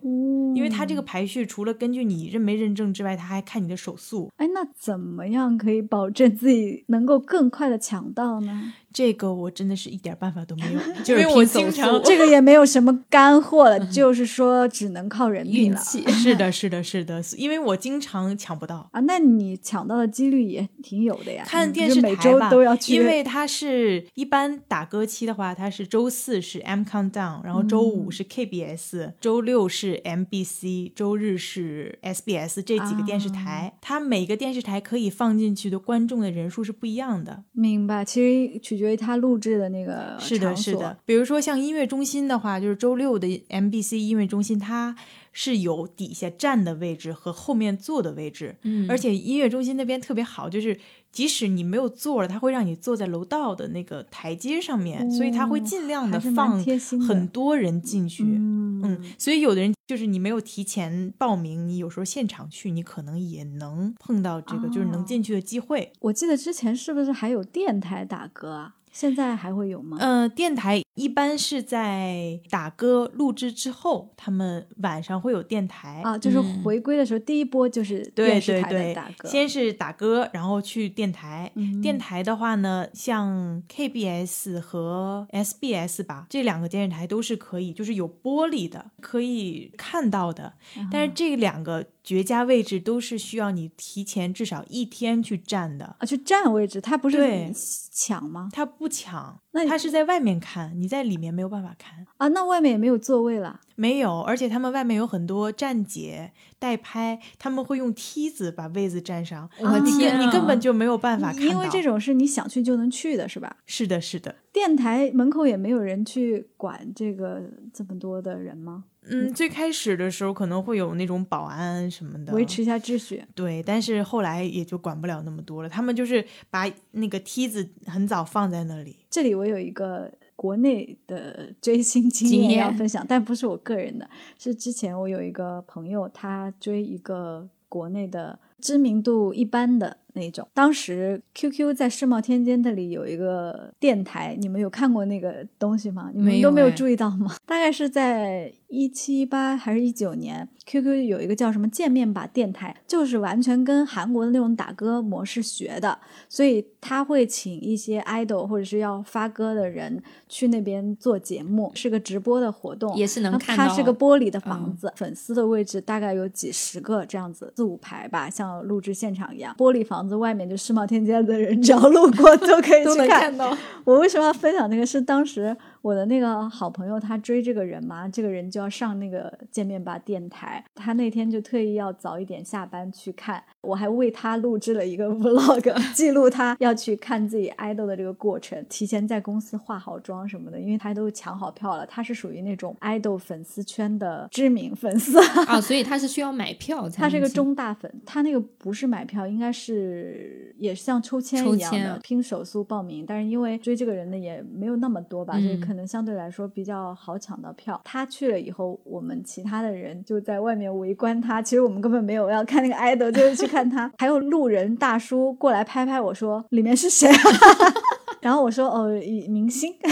[SPEAKER 3] 因为他这个排序除了根据你认没认证之外，他还看你的手速。
[SPEAKER 1] 哎，那怎么样可以保证自己能够更快的抢到呢？
[SPEAKER 3] 这个我真的是一点办法都没
[SPEAKER 2] *laughs*
[SPEAKER 3] 有，
[SPEAKER 2] 就
[SPEAKER 3] 因
[SPEAKER 2] 是
[SPEAKER 3] 为我嗯
[SPEAKER 2] 拼手
[SPEAKER 3] 经
[SPEAKER 2] 速
[SPEAKER 3] 常
[SPEAKER 1] 这个也没有什么干货了，就是说只能靠人品
[SPEAKER 2] 运
[SPEAKER 1] 了。啊
[SPEAKER 2] 气
[SPEAKER 3] 是的，是的，是的，因为我经常抢不到。
[SPEAKER 1] 啊，那你抢到的几率也挺有的呀。
[SPEAKER 3] 看
[SPEAKER 1] 你
[SPEAKER 3] 电
[SPEAKER 1] 就
[SPEAKER 3] 视
[SPEAKER 1] 嗯每
[SPEAKER 3] 台
[SPEAKER 1] 周
[SPEAKER 3] 吧，
[SPEAKER 1] 都要去，
[SPEAKER 3] 因为它是一般打歌期的话，它是周四是 M Countdown，然后周
[SPEAKER 1] 嗯
[SPEAKER 3] 五是 KBS，、周六是 MBC，周日是 SBS 这几个电
[SPEAKER 1] 啊
[SPEAKER 3] 视台，它每个电视台可以放进去的观众的人数是不一样的。
[SPEAKER 1] 明白。其实取决于他录制的那个
[SPEAKER 3] 是的，
[SPEAKER 1] 场
[SPEAKER 3] 是
[SPEAKER 1] 所
[SPEAKER 3] 的。。比如说像音乐中心的话，就是周六的 MBC 音乐中心，它是有底下站的位置和后面坐的位置，
[SPEAKER 2] 嗯
[SPEAKER 3] 而且音乐中心那边特别好，就是即使你没有座了，它会让你坐在楼道的那个台阶上面，所以它会
[SPEAKER 1] 哦
[SPEAKER 3] 尽量
[SPEAKER 1] 还
[SPEAKER 3] 的
[SPEAKER 1] 是蛮
[SPEAKER 3] 放
[SPEAKER 1] 贴心的
[SPEAKER 3] 很多人进去。
[SPEAKER 1] 嗯
[SPEAKER 3] 嗯，所以有的人就是你没有提前报名，你有时候现场去，你可能也能碰到这个、就是
[SPEAKER 1] 哦
[SPEAKER 3] 能进去的机会。
[SPEAKER 1] 我记得之前是不是还有电台打歌啊？现在还会有吗？
[SPEAKER 3] 呃，电台一般是在打歌录制之后，他们晚上会有电台
[SPEAKER 1] 啊，就是
[SPEAKER 2] 嗯
[SPEAKER 1] 回归的时候，第一波就是
[SPEAKER 3] 对
[SPEAKER 1] 电视
[SPEAKER 3] 对
[SPEAKER 1] 台的
[SPEAKER 3] 对
[SPEAKER 1] 打，歌。
[SPEAKER 3] 先是打歌，然后去电台。
[SPEAKER 1] 嗯
[SPEAKER 3] 电台的话呢，像 KBS 和 SBS 吧，这两个电视台都是可以，就是有玻璃的，可以看到的。
[SPEAKER 1] 啊
[SPEAKER 3] 但是这两个绝佳位置都是需要你提前至少一天去占的。
[SPEAKER 1] 啊，就占位置，它不是
[SPEAKER 3] 对
[SPEAKER 1] 抢吗？
[SPEAKER 3] 它不抢，
[SPEAKER 1] 那你
[SPEAKER 3] 它是在外面看，你在里面没有办法看。
[SPEAKER 1] 啊，那外面也没有座位了。
[SPEAKER 3] 没有，而且他们外面有很多站姐代拍，他们会用梯子把位子占上，
[SPEAKER 2] 我
[SPEAKER 3] 你
[SPEAKER 2] 天
[SPEAKER 3] 根
[SPEAKER 2] 啊，
[SPEAKER 3] 你根本就没有办法看到。
[SPEAKER 1] 因为这种是你想去就能去的，是吧？
[SPEAKER 3] 是的，是的，
[SPEAKER 1] 电台门口也没有人去管这个这么多的人吗？
[SPEAKER 3] 嗯，最开始的时候可能会有那种保安什么的
[SPEAKER 1] 维持一下秩序。
[SPEAKER 3] 对，但是后来也就管不了那么多了。他们就是把那个梯子很早放在那里，
[SPEAKER 1] 这里我有一个国内的追星经
[SPEAKER 2] 经
[SPEAKER 1] 验
[SPEAKER 2] 验
[SPEAKER 1] 要分享，但不是我个人的，是之前我有一个朋友，他追一个国内的知名度一般的那种。当时 QQ 在世贸天阶那里有一个电台，你们有看过那个东西吗？你们
[SPEAKER 2] 没
[SPEAKER 1] 都
[SPEAKER 2] 有
[SPEAKER 1] 没有
[SPEAKER 2] 哎
[SPEAKER 1] 注意到吗？ *laughs* 大概是在一七一八还是一九年，QQ 有一个叫什么“见面吧”电台，就是完全跟韩国的那种打歌模式学的。所以他会请一些 idol 或者是要发歌的人去那边做节目，是个直播的活动，
[SPEAKER 2] 也是能
[SPEAKER 1] 那
[SPEAKER 2] 看
[SPEAKER 1] 它
[SPEAKER 2] 到
[SPEAKER 1] 啊是个玻璃的房
[SPEAKER 2] 嗯
[SPEAKER 1] 子，粉丝的位置大概有几十个这样子，四五排吧，像录制现场一样。玻璃房子外面就世贸天阶的人，只要路过都可以
[SPEAKER 2] 都
[SPEAKER 1] 去
[SPEAKER 2] 能看到。
[SPEAKER 1] 我为什么要分享这个？是当时我的那个好朋友他追这个人嘛，这个人就要上那个见面吧电台，他那天就特意要早一点下班去看，我还为他录制了一个 *laughs* vlog，记录他要去看自己 idol 的这个过程，提前在公司化好妆什么的，因为他都抢好票了，他是属于那种 idol 粉丝圈的知名粉丝。
[SPEAKER 2] *laughs*
[SPEAKER 1] *laughs*
[SPEAKER 2] 啊，所以他是需要买票才
[SPEAKER 1] 他
[SPEAKER 2] 能进。
[SPEAKER 1] 是个中大粉，他那个不是买票，应该是也是像抽签
[SPEAKER 2] 抽
[SPEAKER 1] 一样
[SPEAKER 2] 签
[SPEAKER 1] 的
[SPEAKER 2] 啊，
[SPEAKER 1] 拼手速报名。但是因为追这个人的也没有那么多吧，所以
[SPEAKER 2] 嗯
[SPEAKER 1] 可能相对来说比较好抢到票。他去了以后，我们其他的人就在外面围观他。其实我们根本没有要看那个 idol，就是去看他。 *laughs* 还有路人大叔过来拍拍我说：“里面是谁、啊？” *laughs* 然后我说：“哦，一明星。” *laughs*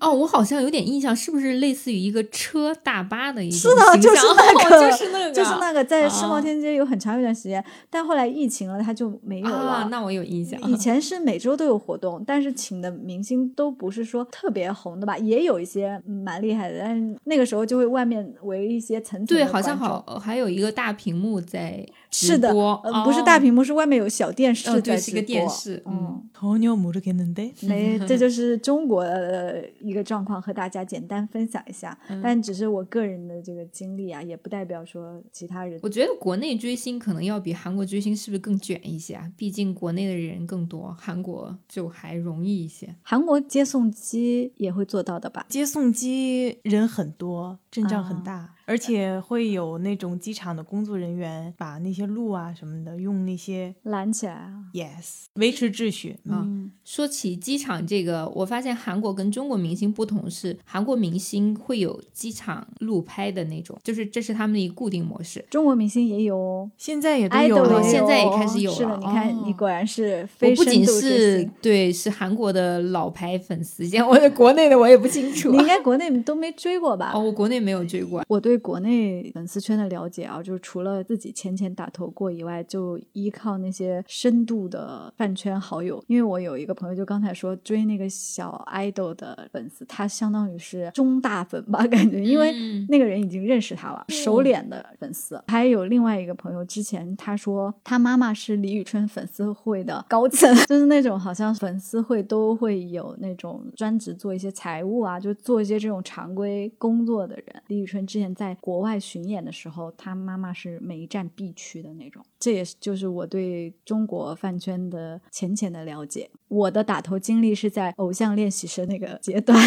[SPEAKER 2] 哦，我好像有点印象，是不是类似于一个车大巴的一种
[SPEAKER 1] 是的
[SPEAKER 2] 形
[SPEAKER 1] 就是
[SPEAKER 2] 象
[SPEAKER 1] 那个
[SPEAKER 2] 哦 *laughs* 就是那个，
[SPEAKER 1] 就是那个在
[SPEAKER 2] 啊
[SPEAKER 1] 世贸天阶有很长一段时间，但后来疫情了，他就没有了。
[SPEAKER 2] 啊，那我有印象。
[SPEAKER 1] 以前是每周都有活动，但是请的明星都不是说特别红的吧，也有一些嗯蛮厉害的，但是那个时候就会外面围一些层层
[SPEAKER 2] 对，
[SPEAKER 1] 的
[SPEAKER 2] 好像
[SPEAKER 1] 观众
[SPEAKER 2] 好还有一个大屏幕在直
[SPEAKER 1] 是的、
[SPEAKER 2] 播，
[SPEAKER 1] 呃不是大
[SPEAKER 2] 哦
[SPEAKER 1] 屏幕，是外面有小电视
[SPEAKER 2] 哦
[SPEAKER 1] 在
[SPEAKER 2] 对
[SPEAKER 1] 直
[SPEAKER 2] 是
[SPEAKER 1] 播，
[SPEAKER 2] 个电视
[SPEAKER 1] 嗯
[SPEAKER 2] 嗯。
[SPEAKER 3] 头牛母着给能逮。
[SPEAKER 1] 没，这
[SPEAKER 2] *laughs*
[SPEAKER 1] 就是中国的一个状况，和大家简单分享一下。
[SPEAKER 2] 嗯
[SPEAKER 1] 但只是我个人的这个经历啊，也不代表说其他人。
[SPEAKER 2] 我觉得国内追星可能要比韩国追星是不是更卷一些啊？毕竟国内的人更多，韩国就还容易一些。
[SPEAKER 1] 韩国接送机也会做到的吧？
[SPEAKER 3] 接送机人很多，阵仗
[SPEAKER 1] 啊
[SPEAKER 3] 很大，而且会有那种机场的工作人员把那些路啊什么的用那些
[SPEAKER 1] 拦起来啊！
[SPEAKER 3] yes 维持秩序。嗯，
[SPEAKER 1] 嗯，
[SPEAKER 2] 说起机场这个，我发现韩国跟中国明星不同是，韩国明星会有机场路拍的那种，就是这是他们的一个固定模式。
[SPEAKER 1] 中国明星也有哦。
[SPEAKER 3] 现在也都有
[SPEAKER 1] idol
[SPEAKER 2] 了
[SPEAKER 1] 也
[SPEAKER 2] 现在也
[SPEAKER 1] 哦
[SPEAKER 2] 开始有
[SPEAKER 1] 是的，
[SPEAKER 2] 了
[SPEAKER 1] 你看，
[SPEAKER 2] 哦
[SPEAKER 1] 你果然是
[SPEAKER 2] 我
[SPEAKER 1] 非
[SPEAKER 2] 不
[SPEAKER 1] 深
[SPEAKER 2] 仅
[SPEAKER 1] 度追
[SPEAKER 2] 是
[SPEAKER 1] 星。
[SPEAKER 2] 对是韩国的老牌粉丝，现在我的国内的我也不清楚
[SPEAKER 1] 你。应该国内都没追过吧？
[SPEAKER 2] 哦，我国内没有追过，
[SPEAKER 1] 我对国内粉丝圈的了解啊，就是除了自己浅浅打头过以外，就依靠那些深度的饭圈好友。因为我有一个朋友，就刚才说追那个小 idol 的粉丝，他相当于是中大粉吧，感觉，因为
[SPEAKER 2] 嗯
[SPEAKER 1] 那个人已经认识他了，熟脸的粉丝。还有另外一个朋友，之前他说他妈妈是李宇春粉丝会的高层， *laughs* 就是那种好像粉丝会都会有那种专职做一些财务啊，就做一些这种常规工作的人。李宇春之前在国外巡演的时候，他妈妈是每一站必去的那种。这也是就是我对中国饭圈的浅浅的了解。我的打头经历是在偶像练习生那个阶段，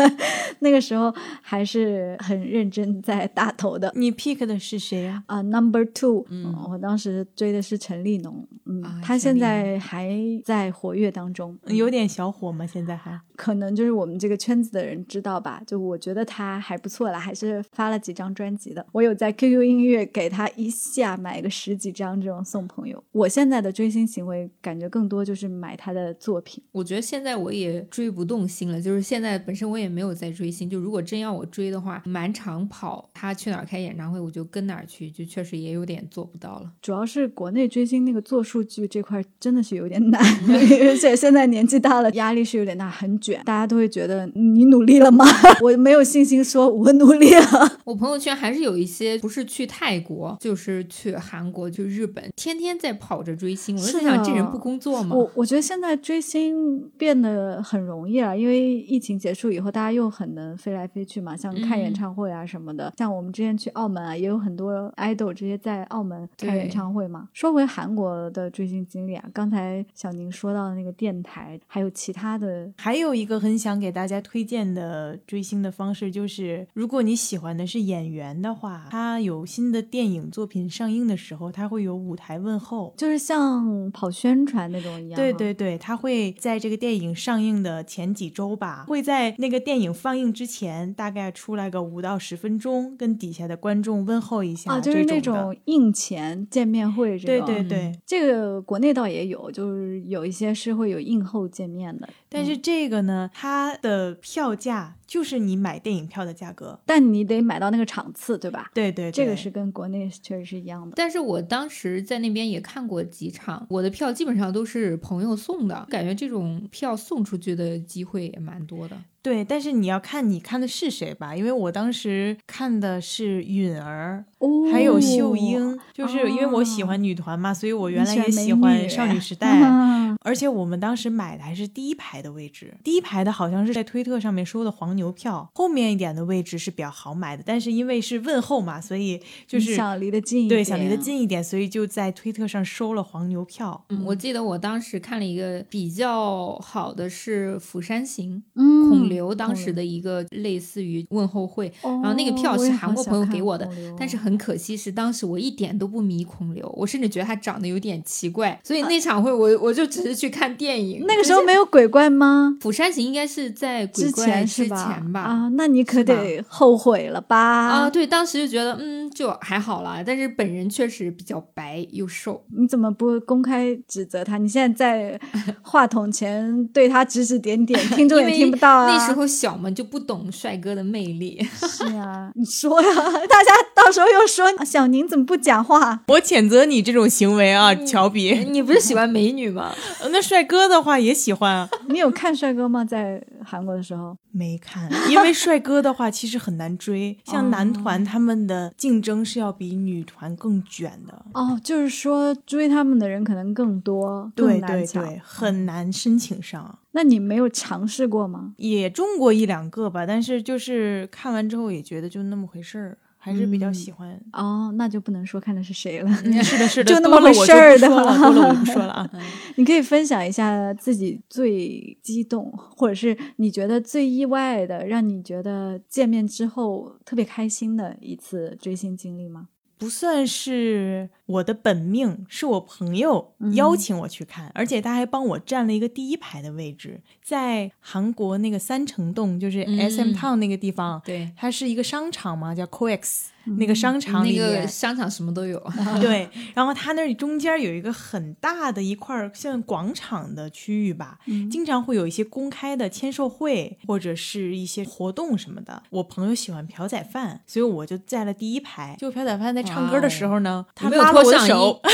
[SPEAKER 1] *laughs* 那个时候还是很认真在打头的。
[SPEAKER 3] 你 pick 的是谁呀、
[SPEAKER 1] 啊、n u m b e r Two，嗯、我当时追的是陈立农，嗯，
[SPEAKER 3] 啊
[SPEAKER 1] 他
[SPEAKER 3] 陈
[SPEAKER 1] 现
[SPEAKER 3] 立
[SPEAKER 1] 在还在活跃当中，
[SPEAKER 3] 有点小火吗？现在还？
[SPEAKER 1] 可能就是我们这个圈子的人知道吧。就我觉得他还不错啦，还是发了几张专辑的。我有在 QQ 音乐给他一下买个十几张这种送朋友。我现在的追星行为感觉更多就是买他的作品。
[SPEAKER 2] 我觉得现在我也追不动星了，就是现在本身我也没有在追星，就如果真要我追的话，满场跑，他去哪儿开演唱会我就跟哪儿去，就确实也有点做不到了。
[SPEAKER 1] 主要是国内追星那个做数据这块真的是有点难， *laughs* 而且现在年纪大了，压力是有点大，很卷，大家都会觉得你努力了吗？ *laughs* 我没有信心说我努力了。
[SPEAKER 2] 我朋友圈还是有一些不是去泰国，就是去韩国、去日本，天天在跑着追星。我就是在想，
[SPEAKER 1] 的
[SPEAKER 2] 这人不工作吗？
[SPEAKER 1] 我我觉得现在追星变得很容易了，因为疫情结束以后，大家又很能飞来飞去嘛，像看演
[SPEAKER 2] 嗯
[SPEAKER 1] 唱会啊什么的。像我们之前去澳门啊，也有很多 idol 直接在澳门开
[SPEAKER 2] 对
[SPEAKER 1] 演唱会嘛。说回韩国的追星经历啊，刚才小宁说到的那个电台，还有其他的
[SPEAKER 3] 还有一个很想给大家推荐的追星的方式，就是如果你喜欢的是演员的话，他有新的电影作品上映的时候，他会有舞台问候。
[SPEAKER 1] 就是像跑宣传那种一样、
[SPEAKER 3] 对，对对，他会在这个电影上映的前几周吧，会在那个电影放映之前，大概出来个五到十分钟，跟底下的观众问候一下，
[SPEAKER 1] 啊，就是那
[SPEAKER 3] 这
[SPEAKER 1] 种
[SPEAKER 3] 种
[SPEAKER 1] 映前见面会这
[SPEAKER 3] 的。对
[SPEAKER 1] 种。
[SPEAKER 3] 对
[SPEAKER 1] 对，
[SPEAKER 3] 对。
[SPEAKER 1] 这个国内倒也有，就是有一些是会有映后见面的。
[SPEAKER 3] 但
[SPEAKER 1] 嗯
[SPEAKER 3] 是这个呢，它的票价就是你买电影票的价格。
[SPEAKER 1] 但你得买到那个场次，对吧？
[SPEAKER 3] 对对对，
[SPEAKER 1] 这个是跟国内确实是一样的。
[SPEAKER 2] 但是我当时在那边也看过几场，我的票基本上都是朋友送的，感觉这种票送出去的机会也蛮多的。
[SPEAKER 3] 对，但是你要看你看的是谁吧，因为我当时看的是允儿，
[SPEAKER 1] 哦
[SPEAKER 3] 还有秀英，就是因为我喜
[SPEAKER 1] 哦
[SPEAKER 3] 欢女团嘛，所以我原来
[SPEAKER 1] 你喜
[SPEAKER 3] 也
[SPEAKER 1] 欢
[SPEAKER 3] 喜
[SPEAKER 1] 美
[SPEAKER 3] 欢
[SPEAKER 1] 女
[SPEAKER 3] 少女时代。
[SPEAKER 1] 啊
[SPEAKER 3] 而且我们当时买的还是第一排的位置，第一排的好像是在推特上面收的黄牛票，后面一点的位置是比较好买的，但是因为是问候嘛，所以就是
[SPEAKER 1] 你想离得近一
[SPEAKER 3] 对，想离得
[SPEAKER 1] 点啊
[SPEAKER 3] 近一点，所以就在推特上收了黄牛票。
[SPEAKER 2] 嗯，我记得我当时看了一个比较好的是《釜山行》，
[SPEAKER 1] 嗯
[SPEAKER 2] 孔刘当时的一个类似于问候会，然后那个
[SPEAKER 1] 哦
[SPEAKER 2] 票
[SPEAKER 1] 我也
[SPEAKER 2] 是韩
[SPEAKER 1] 好
[SPEAKER 2] 国
[SPEAKER 1] 想
[SPEAKER 2] 朋友
[SPEAKER 1] 看哦
[SPEAKER 2] 给我的
[SPEAKER 1] 孔刘，
[SPEAKER 2] 但是很可惜是当时我一点都不迷孔刘，我甚至觉得他长得有点奇怪，所以那场会我我就只是去看电影。
[SPEAKER 1] 呃那个时
[SPEAKER 2] 候
[SPEAKER 1] 候没有鬼怪吗？
[SPEAKER 2] 《釜山行》应该是在鬼
[SPEAKER 1] 之
[SPEAKER 2] 怪
[SPEAKER 1] 前
[SPEAKER 2] 之
[SPEAKER 1] 是
[SPEAKER 2] 前吧？
[SPEAKER 1] 啊，那你可
[SPEAKER 2] 吧
[SPEAKER 1] 得后悔了吧？
[SPEAKER 2] 啊，对，当时就觉得嗯，就还好啦，但是本人确实比较白又瘦，
[SPEAKER 1] 你怎么不公开指责他？你现
[SPEAKER 2] *laughs*
[SPEAKER 1] 在在话筒前对他指指点点，听众
[SPEAKER 2] 因
[SPEAKER 1] 也
[SPEAKER 2] 为
[SPEAKER 1] 听不到啊。
[SPEAKER 2] 那时候小嘛，就不懂帅哥的魅
[SPEAKER 1] *laughs*
[SPEAKER 2] 力。
[SPEAKER 1] 是
[SPEAKER 2] *laughs*
[SPEAKER 1] 啊，你说呀，大家到时候又说啊小宁怎么不讲话？
[SPEAKER 3] 我谴责你这种行为啊，
[SPEAKER 1] *laughs*
[SPEAKER 3] 乔比。
[SPEAKER 2] 你不是喜欢美女吗？
[SPEAKER 3] 那帅哥的话也喜欢啊，
[SPEAKER 1] 你有看帅哥吗？在韩国的时候，
[SPEAKER 3] *laughs* 没看，因为帅哥的话其实很难追，
[SPEAKER 1] *laughs*
[SPEAKER 3] 像
[SPEAKER 1] 哦
[SPEAKER 3] 男团他们的竞争是要比女团更卷的。
[SPEAKER 1] 哦，就是说追他们的人可能更多，
[SPEAKER 3] 对
[SPEAKER 1] 更难
[SPEAKER 3] 对
[SPEAKER 1] 抢嗯
[SPEAKER 3] 对，很难申请上，
[SPEAKER 1] 那你没有尝试过吗？
[SPEAKER 3] 也中过一两个吧，但是就是看完之后也觉得就那么回事儿，还是比
[SPEAKER 1] 嗯
[SPEAKER 3] 较喜欢。 *laughs*
[SPEAKER 1] 哦，那就不能说看的是谁了。
[SPEAKER 3] 是的，是的，
[SPEAKER 1] 就那
[SPEAKER 3] 多
[SPEAKER 1] 么
[SPEAKER 3] 了
[SPEAKER 1] 回
[SPEAKER 3] 我
[SPEAKER 1] 事儿
[SPEAKER 3] 就
[SPEAKER 1] 的
[SPEAKER 3] 不说了，多了我不说了啊。
[SPEAKER 1] *laughs* 你可以分享一下自己最激动，或者是你觉得最意外的，让你觉得见面之后特别开心的一次追星经历吗？
[SPEAKER 3] 不算是我的本命，是我朋友
[SPEAKER 2] 嗯
[SPEAKER 3] 邀请我去看，而且他还帮我占了一个第一排的位置，在韩国那个三城洞，就是
[SPEAKER 2] 嗯
[SPEAKER 3] SM Town 那个地方，
[SPEAKER 2] *laughs* 对，
[SPEAKER 3] 它是一个商场嘛，叫 COEX、那个商
[SPEAKER 2] 嗯
[SPEAKER 3] 场
[SPEAKER 2] 那
[SPEAKER 3] 里
[SPEAKER 2] 个
[SPEAKER 3] 面。
[SPEAKER 2] 商场什么都有。
[SPEAKER 3] 对，然后它那里中间有一个很大的一块儿像广场的区域吧，经常会有一些公开的签售会或者是一些活动什么的。我朋友喜欢朴宰范，所以我就在了第一排。就朴宰范在唱歌的时候呢，他
[SPEAKER 2] 没有
[SPEAKER 3] 拉了
[SPEAKER 2] 脱
[SPEAKER 3] 我的
[SPEAKER 2] 上
[SPEAKER 3] 手， *laughs*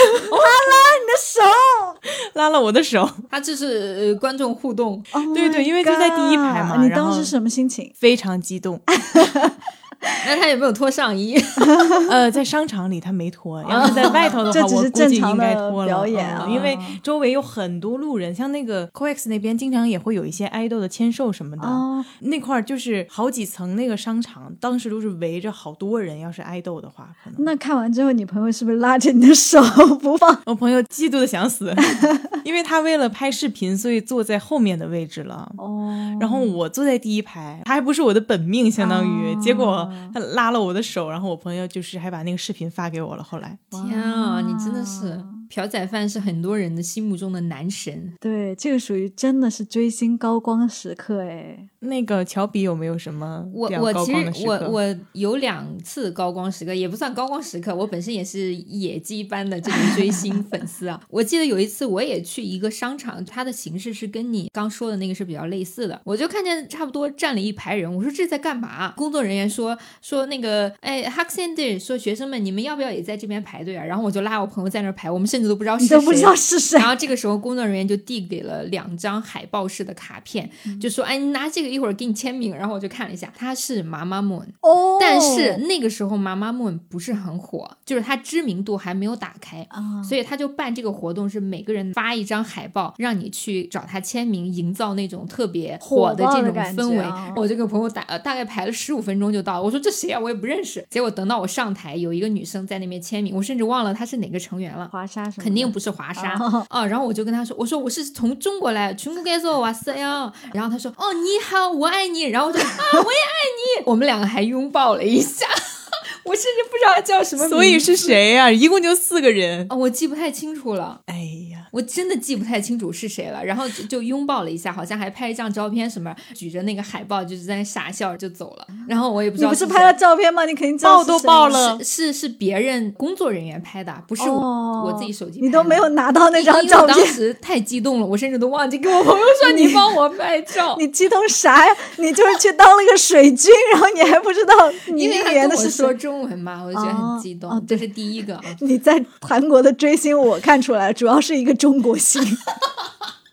[SPEAKER 3] 拉了我的手，
[SPEAKER 2] 他这是呃观众互动，
[SPEAKER 1] Oh
[SPEAKER 3] 对对
[SPEAKER 1] my
[SPEAKER 3] 因为就在第一排
[SPEAKER 1] god，
[SPEAKER 3] 嘛
[SPEAKER 1] 你
[SPEAKER 3] 然
[SPEAKER 1] 当
[SPEAKER 3] 后
[SPEAKER 1] 时什么心情？
[SPEAKER 3] 非常激动。
[SPEAKER 2] 那他有没有脱上衣？
[SPEAKER 1] *laughs*
[SPEAKER 3] 呃，在商场里他没脱，要是在外头的
[SPEAKER 1] 这
[SPEAKER 3] 话，
[SPEAKER 1] 只
[SPEAKER 3] 我
[SPEAKER 1] 是
[SPEAKER 3] 估计
[SPEAKER 1] 正常
[SPEAKER 3] 应该
[SPEAKER 1] 的
[SPEAKER 3] 脱了。
[SPEAKER 1] 表演啊
[SPEAKER 3] 嗯因为周围有很多路人，像那个 COEX 那边经常也会有一些爱豆的签售什么的，
[SPEAKER 1] 哦，
[SPEAKER 3] 那块儿就是好几层那个商场，当时都是围着好多人。要是爱豆的话，可能
[SPEAKER 1] 那看完之后，你朋友是不是拉着你的手不放？
[SPEAKER 3] 我朋友嫉妒的想死， *laughs* 因为他为了拍视频，所以坐在后面的位置了。
[SPEAKER 1] *laughs* 哦，
[SPEAKER 3] 然后我坐在第一排，他还不是我的本命，相当于。结果
[SPEAKER 1] 啊
[SPEAKER 3] 他拉了我的手，然后我朋友就是还把那个视频发给我了。后来，
[SPEAKER 2] 天啊，你真的是
[SPEAKER 1] 哇
[SPEAKER 2] 朴宰范是很多人的心目中的男神。
[SPEAKER 1] 对，这个属于真的是追星高光时刻哎。
[SPEAKER 3] 那个乔比有没有什么
[SPEAKER 2] 我
[SPEAKER 3] 比较
[SPEAKER 2] 我
[SPEAKER 3] 高
[SPEAKER 2] 其
[SPEAKER 3] 光的时
[SPEAKER 2] 实我
[SPEAKER 3] 刻
[SPEAKER 2] 我有两次高光时刻，也不算高光时刻，我 *laughs* 本身也是野鸡般的这种追星粉丝啊。 *laughs* 我记得有一次我也去一个商场，它的形式是跟你刚说的那个是比较类似的，我就看见差不多站了一排人，我说这在干嘛？工作人员说说那个哎 h a c k s e n Day，说学生们你们要不要也在这边排队啊？然后我就拉我朋友在那儿排，我们甚至都不知道是
[SPEAKER 1] 你
[SPEAKER 2] 谁，
[SPEAKER 1] 都不知道是谁
[SPEAKER 2] 然，后这个时候，工作人员就递给了两张海报式的卡片，
[SPEAKER 1] 嗯
[SPEAKER 2] 就说：“哎，你拿这个，一会儿给你签名。”然后我就看了一下，他是妈妈们，
[SPEAKER 1] 哦，
[SPEAKER 2] 但是那个时候妈妈们不是很火，就是他知名度还没有打开。
[SPEAKER 1] 啊，
[SPEAKER 2] 所以他就办这个活动，是每个人发一张海报，让你去找他签名，营造那种特别火的这
[SPEAKER 1] 火爆的
[SPEAKER 2] 种
[SPEAKER 1] 感觉
[SPEAKER 2] 氛围。
[SPEAKER 1] 啊
[SPEAKER 2] 我就跟朋友打，呃大概排了十五分钟就到了。我说这谁啊，我也不认识。结果等到我上台，有一个女生在那边签名，我甚至忘了她是哪个成员了。
[SPEAKER 1] 华沙什么的
[SPEAKER 2] 嗯肯定不是华沙
[SPEAKER 1] 哦
[SPEAKER 2] 啊、然后我就跟他说，我说我是从中国来，全国该做哇塞呀。然后他说，哦，你好，我爱你。然后我就
[SPEAKER 1] *laughs*
[SPEAKER 2] 啊，我也爱你。我们两个还拥抱了一下， *laughs* 我甚至不知道他叫什么名字，
[SPEAKER 3] 所以是谁呀、一共就四个人。
[SPEAKER 2] 啊、我记不太清楚了。
[SPEAKER 3] 哎呀，
[SPEAKER 2] 我真的记不太清楚是谁了，然后就就拥抱了一下，好像还拍一张照片什么，举着那个海报就是在那傻笑就走了。然后我也不
[SPEAKER 1] 嗯
[SPEAKER 2] 知
[SPEAKER 1] 你
[SPEAKER 2] 道
[SPEAKER 1] 不是
[SPEAKER 2] 谁
[SPEAKER 1] 拍了照片吗？你肯定知道
[SPEAKER 3] 爆
[SPEAKER 1] 是
[SPEAKER 3] 都
[SPEAKER 1] 谁
[SPEAKER 3] 爆
[SPEAKER 1] 了
[SPEAKER 3] 了，
[SPEAKER 2] 是是别人工作人员拍的，不是我、
[SPEAKER 1] 哦
[SPEAKER 2] 我自己手机拍的。
[SPEAKER 1] 你都没有拿到那张
[SPEAKER 2] 因为
[SPEAKER 1] 照
[SPEAKER 2] 我当
[SPEAKER 1] 片，
[SPEAKER 2] *laughs* 时太激动了，我甚至都忘记跟我朋友
[SPEAKER 1] *laughs*
[SPEAKER 2] 说你帮我拍照。
[SPEAKER 1] 你激动啥呀？你就是去当了个水军，然后你还不知道你
[SPEAKER 2] 因为
[SPEAKER 1] 那
[SPEAKER 2] 他
[SPEAKER 1] 年
[SPEAKER 2] 跟
[SPEAKER 1] 的
[SPEAKER 2] 我
[SPEAKER 1] 是
[SPEAKER 2] 说
[SPEAKER 1] 谁？
[SPEAKER 2] 中文嘛，我就觉得很激动。
[SPEAKER 1] 哦哦
[SPEAKER 2] 这是第一个啊，
[SPEAKER 1] 你在韩国的追星，我看出来，主要是一个中国
[SPEAKER 2] *laughs*
[SPEAKER 1] 星。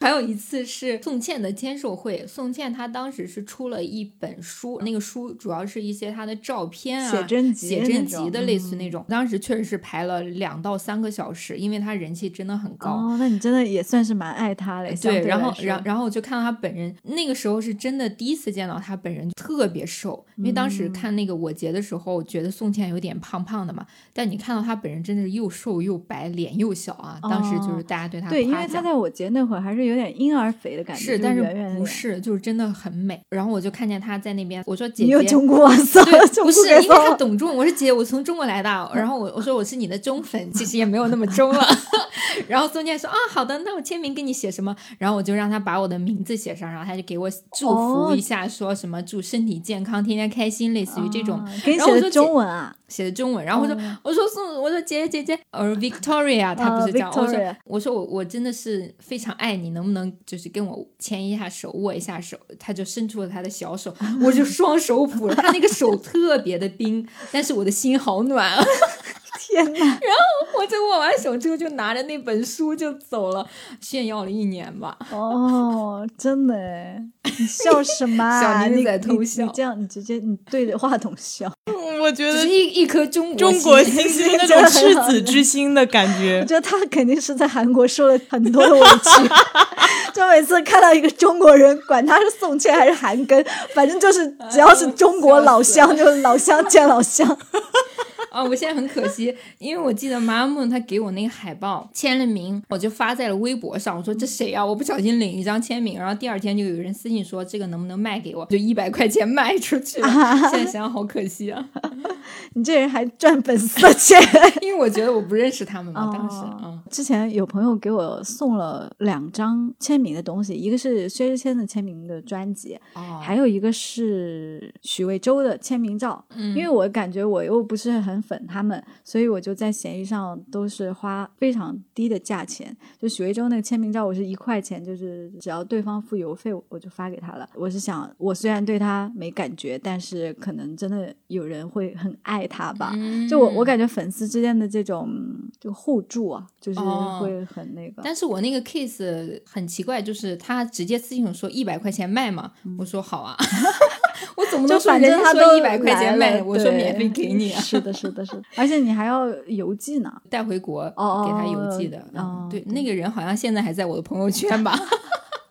[SPEAKER 2] 还有一次是宋茜的签售会。宋茜她当时是出了一本书，那个书主要是一些她的照片啊、
[SPEAKER 1] 写真集
[SPEAKER 2] 写
[SPEAKER 1] 那
[SPEAKER 2] 真
[SPEAKER 1] 种嗯
[SPEAKER 2] 集的类似那种。当时确实是排了两到三个小时，因为她人气真的很高。
[SPEAKER 1] 哦，那你真的也算是蛮爱他嘞。相
[SPEAKER 2] 对，然
[SPEAKER 1] 来
[SPEAKER 2] 后，
[SPEAKER 1] 说
[SPEAKER 2] 然然后我就看到他本人，那个时候是真的第一次见到他本人，特别瘦。因为当时
[SPEAKER 1] 嗯
[SPEAKER 2] 看那个我节的时候，觉得宋茜有点胖胖的嘛，但你看到他本人，真的是又瘦又白，脸又小啊。当时就是大家对他
[SPEAKER 1] 哦对，因
[SPEAKER 2] 夸
[SPEAKER 1] 为他
[SPEAKER 2] 奖
[SPEAKER 1] 在我节那会儿还是有点婴儿肥的感觉，
[SPEAKER 2] 是，
[SPEAKER 1] 就
[SPEAKER 2] 但是
[SPEAKER 1] 圆圆的
[SPEAKER 2] 不
[SPEAKER 1] 脸。
[SPEAKER 2] 是，就是真的很美。然后我就看见他在那边，我说姐
[SPEAKER 1] 你有
[SPEAKER 2] 姐。
[SPEAKER 1] 中国 *laughs* 网搜，
[SPEAKER 2] 对，
[SPEAKER 1] 中
[SPEAKER 2] 不
[SPEAKER 1] 国
[SPEAKER 2] 是，
[SPEAKER 1] 给
[SPEAKER 2] 因为他
[SPEAKER 1] 搜
[SPEAKER 2] 懂中，我是姐，我从中国来的。
[SPEAKER 1] *laughs*
[SPEAKER 2] 然后我我说我是你的中粉，其实也没有那么中了。 *laughs* 然后宋茜说啊，好的，那我签名给你写什么？然后我就让他把我的名字写上，然后他就给我祝福
[SPEAKER 1] 哦
[SPEAKER 2] 一下，说什么祝身体健康，天天开心，类似于这种。
[SPEAKER 1] 啊给你
[SPEAKER 2] 然后
[SPEAKER 1] 写
[SPEAKER 2] 我
[SPEAKER 1] 的
[SPEAKER 2] 说
[SPEAKER 1] 中
[SPEAKER 2] 姐
[SPEAKER 1] 文啊，
[SPEAKER 2] 写的中文，然后我说、
[SPEAKER 1] 哦
[SPEAKER 2] 我说宋我说姐姐姐姐，呃 Victoria，她不是这样，我说
[SPEAKER 1] Victoria
[SPEAKER 2] 我说我我真的是非常爱你，能不能就是跟我牵一下手，握一下手？她就伸出了她的小手，我就双手抚了，她那个手特别的冰，但是我的心好暖啊！ *laughs*
[SPEAKER 1] 天哪！
[SPEAKER 2] 我就握完手之后就拿着那本书就走了，炫耀了一年吧。
[SPEAKER 1] *laughs* 哦，真的哎，你笑什么啊？
[SPEAKER 2] *laughs* 小妮子
[SPEAKER 1] 你
[SPEAKER 2] 在
[SPEAKER 1] 你
[SPEAKER 2] 偷
[SPEAKER 1] 你
[SPEAKER 2] 笑
[SPEAKER 1] 这样，你直接你对着话筒笑，
[SPEAKER 3] 我觉
[SPEAKER 2] 只是
[SPEAKER 3] 得
[SPEAKER 2] 一一颗中国 *laughs*
[SPEAKER 3] 中国
[SPEAKER 2] 心
[SPEAKER 3] 星就是那
[SPEAKER 1] 真
[SPEAKER 3] 种
[SPEAKER 1] 的很
[SPEAKER 3] 赤
[SPEAKER 1] 好
[SPEAKER 3] 子之心的感
[SPEAKER 2] *laughs*
[SPEAKER 3] 觉
[SPEAKER 1] 我。觉得他肯定是在韩国受了很多的委屈。 *laughs* 就每次看到一个中国人，管他是宋茜还是韩庚，反正就是只要
[SPEAKER 2] 哎
[SPEAKER 1] 是中国老乡，就是老乡见老乡。
[SPEAKER 2] 啊、我现在很可惜，因为我记得妈妈她给我那个海报签了名，我就发在了微博上。我说这谁啊呀、我不小心领一张签名，然后第二天就有人私信说这个能不能卖给我，就一百块钱卖出
[SPEAKER 1] *laughs*
[SPEAKER 2] 去了。现在想想好可惜啊，
[SPEAKER 1] 你这人还赚粉丝的钱。 *laughs*
[SPEAKER 2] 因为我觉得我不认识他们嘛，当时
[SPEAKER 1] 哦
[SPEAKER 2] 啊。
[SPEAKER 1] 之前有朋友给我送了两张签名的东西，一个是薛之谦的签名的专辑，
[SPEAKER 2] 哦
[SPEAKER 1] 还有一个是许魏洲的签名照，
[SPEAKER 2] 嗯
[SPEAKER 1] 因为我感觉我又不是很粉他们，所以我就在闲鱼上都是花非常低的价钱。就许魏洲那个签名照，我是一块钱，就是只要对方付邮费，我就发给他了。我是想，我虽然对他没感觉，但是可能真的有人会很爱他
[SPEAKER 2] 嗯
[SPEAKER 1] 吧。就我，我感觉粉丝之间的这种就互助啊，就是
[SPEAKER 2] 哦
[SPEAKER 1] 会很那个。
[SPEAKER 2] 但是我那
[SPEAKER 1] *laughs*
[SPEAKER 2] 个 case 很奇怪，就是他直接私信我说一百块钱卖嘛，我说好啊，我总不
[SPEAKER 1] 嗯就
[SPEAKER 2] 能说
[SPEAKER 1] 反
[SPEAKER 2] 人
[SPEAKER 1] 正
[SPEAKER 2] 家
[SPEAKER 1] 他都
[SPEAKER 2] 说一百块钱
[SPEAKER 1] 来
[SPEAKER 2] 卖，
[SPEAKER 1] 了
[SPEAKER 2] 我说
[SPEAKER 1] 对
[SPEAKER 2] 免费给你、
[SPEAKER 1] *laughs*
[SPEAKER 2] 啊，
[SPEAKER 1] 是的，是的，是的，而且你还要邮寄呢。
[SPEAKER 2] 带回国
[SPEAKER 1] 哦
[SPEAKER 2] 给他邮寄的。
[SPEAKER 1] 哦
[SPEAKER 2] 嗯对，那个人好像现在还在我的朋友圈
[SPEAKER 1] *laughs*
[SPEAKER 2] 吧？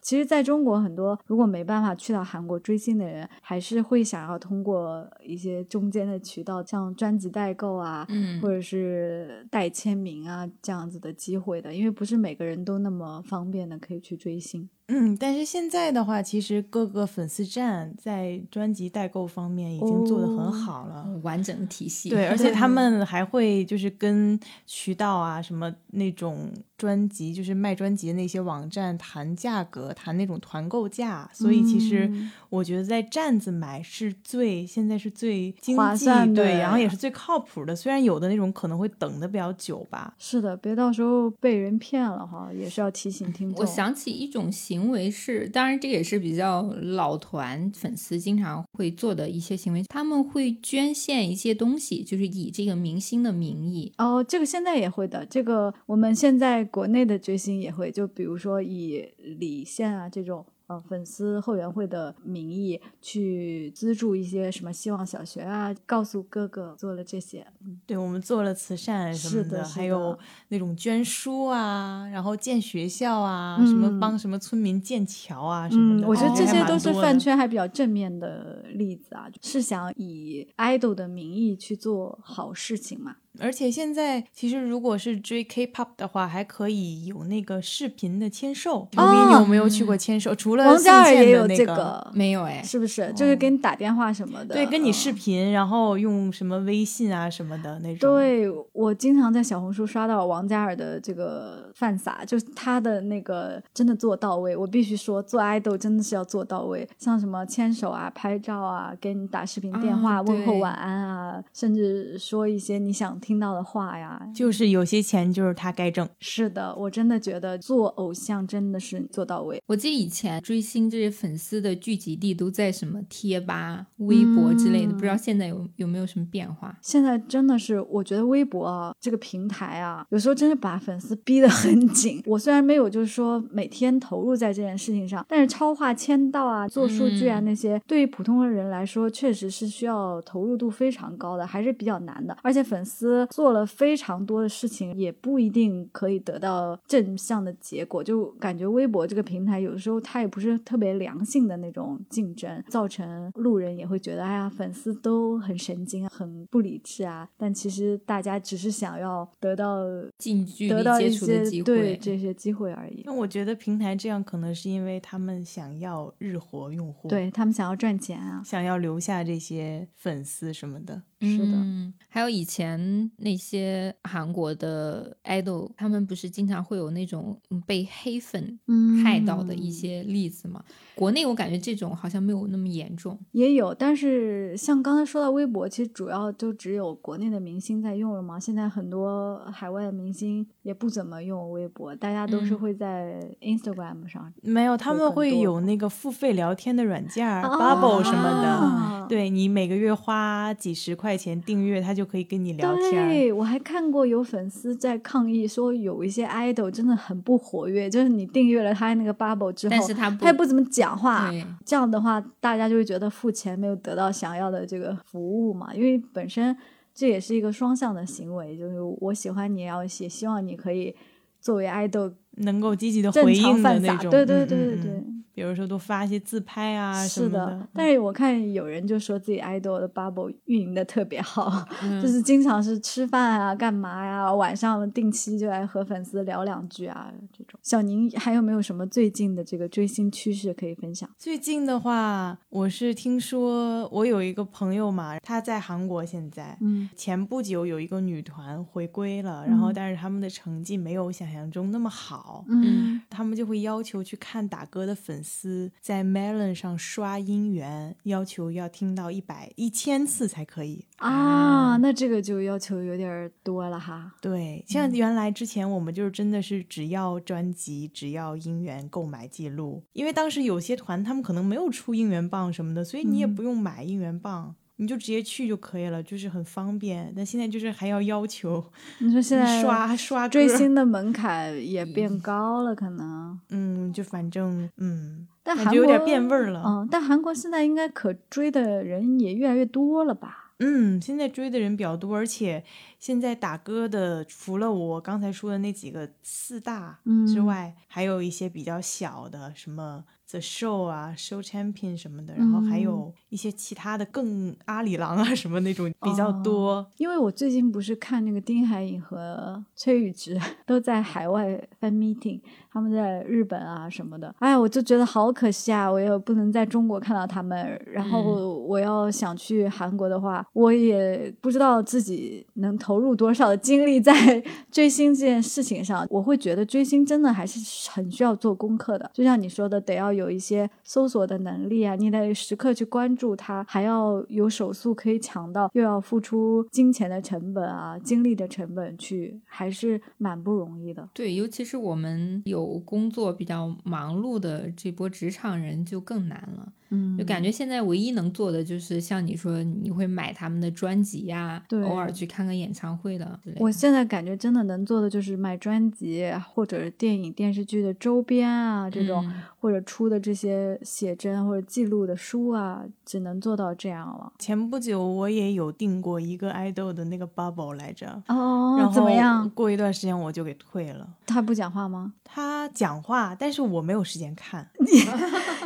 [SPEAKER 1] 其实，在中国很多如果没办法去到韩国追星的人，还是会想要通过一些中间的渠道，像专辑代购啊，
[SPEAKER 2] 嗯
[SPEAKER 1] 或者是代签名啊这样子的机会的，因为不是每个人都那么方便的可以去追星。
[SPEAKER 3] 嗯，但是现在的话，其实各个粉丝站在专辑代购方面已经做得
[SPEAKER 2] 哦
[SPEAKER 3] 很好了。
[SPEAKER 2] 嗯完整的体系。
[SPEAKER 3] 对，而且
[SPEAKER 1] 嗯
[SPEAKER 3] 他们还会就是跟渠道啊，什么那种专辑，就是卖专辑的那些网站谈价格，谈那种团购价。所以其实
[SPEAKER 1] 嗯
[SPEAKER 3] 我觉得在站子买是最现在是最经
[SPEAKER 1] 划
[SPEAKER 3] 济
[SPEAKER 1] 算的
[SPEAKER 3] 对，然后也是最靠谱的。虽然有的那种可能会等的比较久吧。
[SPEAKER 1] 是的，别到时候被人骗了哈，也是要提醒听众。
[SPEAKER 2] 我想起一种行为是，当然这也是比较老团粉丝经常会做的一些行为，他们会捐献一些东西，就是以这个明星的名义。
[SPEAKER 1] 哦，这个现在也会的。这个我们现在国内的追星也会，就比如说以李现啊这种呃粉丝后援会的名义去资助一些什么希望小学啊，告诉哥哥做了这些。
[SPEAKER 3] 对，我们做了慈善什么
[SPEAKER 1] 是的是
[SPEAKER 3] 还有
[SPEAKER 1] 的
[SPEAKER 3] 那种捐书啊，然后建学校啊，什么
[SPEAKER 1] 嗯
[SPEAKER 3] 帮什么村民建桥啊什么
[SPEAKER 1] 嗯，
[SPEAKER 3] 的。
[SPEAKER 1] 我觉得
[SPEAKER 2] 哦
[SPEAKER 1] 这
[SPEAKER 3] 还
[SPEAKER 1] 些
[SPEAKER 3] 蛮
[SPEAKER 1] 都是
[SPEAKER 3] 多的
[SPEAKER 1] 饭圈还比较正面的例子啊，是想以 idol 的名义去做好事情嘛。
[SPEAKER 3] 而且现在其实如果是追 K-pop 的话，还可以有那个视频的签售。刘
[SPEAKER 1] 哦
[SPEAKER 3] 明，你有没有去过签售？除了
[SPEAKER 1] 王嘉尔
[SPEAKER 3] 信件
[SPEAKER 1] 也
[SPEAKER 3] 的
[SPEAKER 1] 有
[SPEAKER 3] 那
[SPEAKER 1] 这
[SPEAKER 3] 个，
[SPEAKER 1] 个，哦
[SPEAKER 2] 没有哎，
[SPEAKER 1] 是不是？就是给你打电话什么的，
[SPEAKER 3] 对，跟你视
[SPEAKER 1] 嗯
[SPEAKER 3] 频，然后用什么微信啊什么的那种。，
[SPEAKER 1] 对我经常在小红书刷到王嘉尔的这个犯傻，就是他的那个真的做到位。我必须说，做爱豆真的是要做到位，像什么牵手啊、拍照啊、给你打视频电话、
[SPEAKER 2] 啊
[SPEAKER 1] 问候
[SPEAKER 2] 对
[SPEAKER 1] 晚安啊，甚至说一些你想听到的话呀。
[SPEAKER 3] 就是有些钱就是他该挣。
[SPEAKER 1] 是的，我真的觉得做偶像真的是做到位。
[SPEAKER 2] 我记得以前追星这些粉丝的聚集地都在什么贴吧、微博之类的，
[SPEAKER 1] 嗯
[SPEAKER 2] 不知道现在有有没有什么变化？
[SPEAKER 1] 现在真的是，我觉得微博啊这个平台啊，有时候真是把粉丝逼得很紧。我虽然没有就是说每天投入在这件事情上，但是超话签到啊、做数据啊
[SPEAKER 2] 嗯
[SPEAKER 1] 那些，对于普通的人来说，确实是需要投入度非常高的，还是比较难的。而且粉丝做了非常多的事情，也不一定可以得到正向的结果。就感觉微博这个平台有时候它也不是特别良性的那种竞争，造成路人也会觉得，哎呀，粉丝都很神经啊，很不理智啊。但其实大家只是想要得到
[SPEAKER 2] 近距
[SPEAKER 1] 得
[SPEAKER 2] 离
[SPEAKER 1] 到
[SPEAKER 2] 接
[SPEAKER 1] 一
[SPEAKER 2] 触的
[SPEAKER 1] 些
[SPEAKER 2] 机
[SPEAKER 1] 对
[SPEAKER 2] 会，哦
[SPEAKER 1] 这些机会而已
[SPEAKER 3] 那。我觉得平台这样可能是因为他们想要日活用户，，
[SPEAKER 1] 对他们想要赚钱啊，
[SPEAKER 3] 想要留下这些粉丝什么的。
[SPEAKER 1] 是的
[SPEAKER 2] 嗯，还有以前那些韩国的 idol，他们不是经常会有那种嗯被黑粉
[SPEAKER 1] 嗯
[SPEAKER 2] 害到的一些例子嘛？国内我感觉这种好像没有那么严重。
[SPEAKER 1] 也有，但是像刚才说到微博，其实主要就只有国内的明星在用了嘛。现在很多海外的明星也不怎么用微博，大家都是
[SPEAKER 2] 嗯
[SPEAKER 1] 会在 Instagram 上、
[SPEAKER 3] 没有，他
[SPEAKER 1] 会
[SPEAKER 3] 们
[SPEAKER 1] 更
[SPEAKER 3] 会
[SPEAKER 1] 多
[SPEAKER 3] 有那个付费聊天的软件儿、
[SPEAKER 1] 啊
[SPEAKER 3] Bubble 什么的。
[SPEAKER 1] 啊
[SPEAKER 3] 对你每个月花几十块钱订阅，他就可以跟你聊天儿。
[SPEAKER 1] 对，我还看过有粉丝在抗议说，有一些 idol 真的很不活跃，就是你订阅了他那个 Bubble 之后，
[SPEAKER 2] 但是他不
[SPEAKER 1] 他也不怎么讲话
[SPEAKER 2] 对，
[SPEAKER 1] 这样的话大家就会觉得付钱没有得到想要的这个服务嘛，因为本身这也是一个双向的行为，就是我喜欢你，然后也希望你可以作为 idol
[SPEAKER 3] 能够积极的
[SPEAKER 1] 正
[SPEAKER 3] 回
[SPEAKER 1] 常
[SPEAKER 3] 应的
[SPEAKER 1] 犯
[SPEAKER 3] 那
[SPEAKER 1] 傻，
[SPEAKER 3] 种，
[SPEAKER 1] 对对
[SPEAKER 3] 嗯
[SPEAKER 1] 对对
[SPEAKER 3] 嗯
[SPEAKER 1] 对。
[SPEAKER 3] 嗯比如说多发一些自拍啊什
[SPEAKER 1] 是
[SPEAKER 3] 么
[SPEAKER 1] 的，
[SPEAKER 3] 是
[SPEAKER 1] 但是我看有人就说自己 idol 的 bubble 运营的特别好，
[SPEAKER 3] 嗯
[SPEAKER 1] 就是经常是吃饭啊、干嘛呀、晚上定期就来和粉丝聊两句啊这种。小宁还有没有什么最近的这个追星趋势可以分享？
[SPEAKER 3] 最近的话，我是听说我有一个朋友嘛，他在韩国现在。
[SPEAKER 1] 嗯，
[SPEAKER 3] 前不久有一个女团回归了，然后
[SPEAKER 1] 嗯
[SPEAKER 3] 但是他们的成绩没有想象中那么好，
[SPEAKER 1] 嗯，
[SPEAKER 3] 他们就会要求去看打歌的粉丝在 Melon 上刷音源，要求要听到一百一千次才可以。
[SPEAKER 1] 啊，
[SPEAKER 3] 嗯
[SPEAKER 1] 那这个就要求有点儿多了哈。
[SPEAKER 3] 对，
[SPEAKER 1] 嗯
[SPEAKER 3] 像原来之前我们就是真的是只要专辑，只要音源购买记录，因为当时有些团他们可能没有出应援棒什么的，所以你也
[SPEAKER 1] 嗯
[SPEAKER 3] 不用买应援棒。你就直接去就可以了，就是很方便。但现在就是还要要求
[SPEAKER 1] 你说现在
[SPEAKER 3] 刷嗯刷歌
[SPEAKER 1] 追，星的门槛也变高了，可能。
[SPEAKER 3] 嗯，就反正嗯，
[SPEAKER 1] 但
[SPEAKER 3] 感
[SPEAKER 1] 韩
[SPEAKER 3] 觉有
[SPEAKER 1] 国
[SPEAKER 3] 点变味儿了。
[SPEAKER 1] 嗯，但韩国现在应该可追的人也越来越多了吧？
[SPEAKER 3] 嗯，现在追的人比较多，而且现在打歌的，除了我刚才说的那几个四大之
[SPEAKER 1] 嗯
[SPEAKER 3] 外，还有一些比较小的，什么 The Show 啊、Show Champion 什么的，然后还
[SPEAKER 1] 嗯
[SPEAKER 3] 有一些其他的更阿里郎啊什么那种比较
[SPEAKER 1] 哦
[SPEAKER 3] 多。
[SPEAKER 1] 因为我最近不是看那个丁海寅和崔宇植 *laughs* 都在海外 fan meeting，他们在日本啊什么的，哎呀，我就觉得好可惜啊！我也不能在中国看到他们，然后
[SPEAKER 2] 嗯
[SPEAKER 1] 我我要想去韩国的话，我也不知道自己能投入多少的精力在追星这件事情上。我会觉得追星真的还是很需要做功课的，就像你说的，得要有一些搜索的能力啊，你得时刻去关注它，还要有手速可以抢到，又要付出金钱的成本啊、精力的成本去，还是蛮不容易的。
[SPEAKER 2] 对，尤其是我们有工作比较忙碌的这波职场人就更难了。
[SPEAKER 1] 嗯，
[SPEAKER 2] 就感觉现在唯一能做的就是像你说，你会买他们的专辑呀、
[SPEAKER 1] 对
[SPEAKER 2] 偶尔去看看演唱会的之类的。
[SPEAKER 1] 我现在感觉真的能做的就是买专辑啊或者电影、电视剧的周边啊，这种、
[SPEAKER 2] 嗯
[SPEAKER 1] 或者出的这些写真或者记录的书啊，只能做到这样了。
[SPEAKER 3] 前不久我也有订过一个爱豆的那个 Bubble 来着，然
[SPEAKER 1] 哦
[SPEAKER 3] 后
[SPEAKER 1] 怎么样？
[SPEAKER 3] 过一段时间我就给退了。
[SPEAKER 1] 他不讲话吗？
[SPEAKER 3] 他讲话，但是我没有时间看，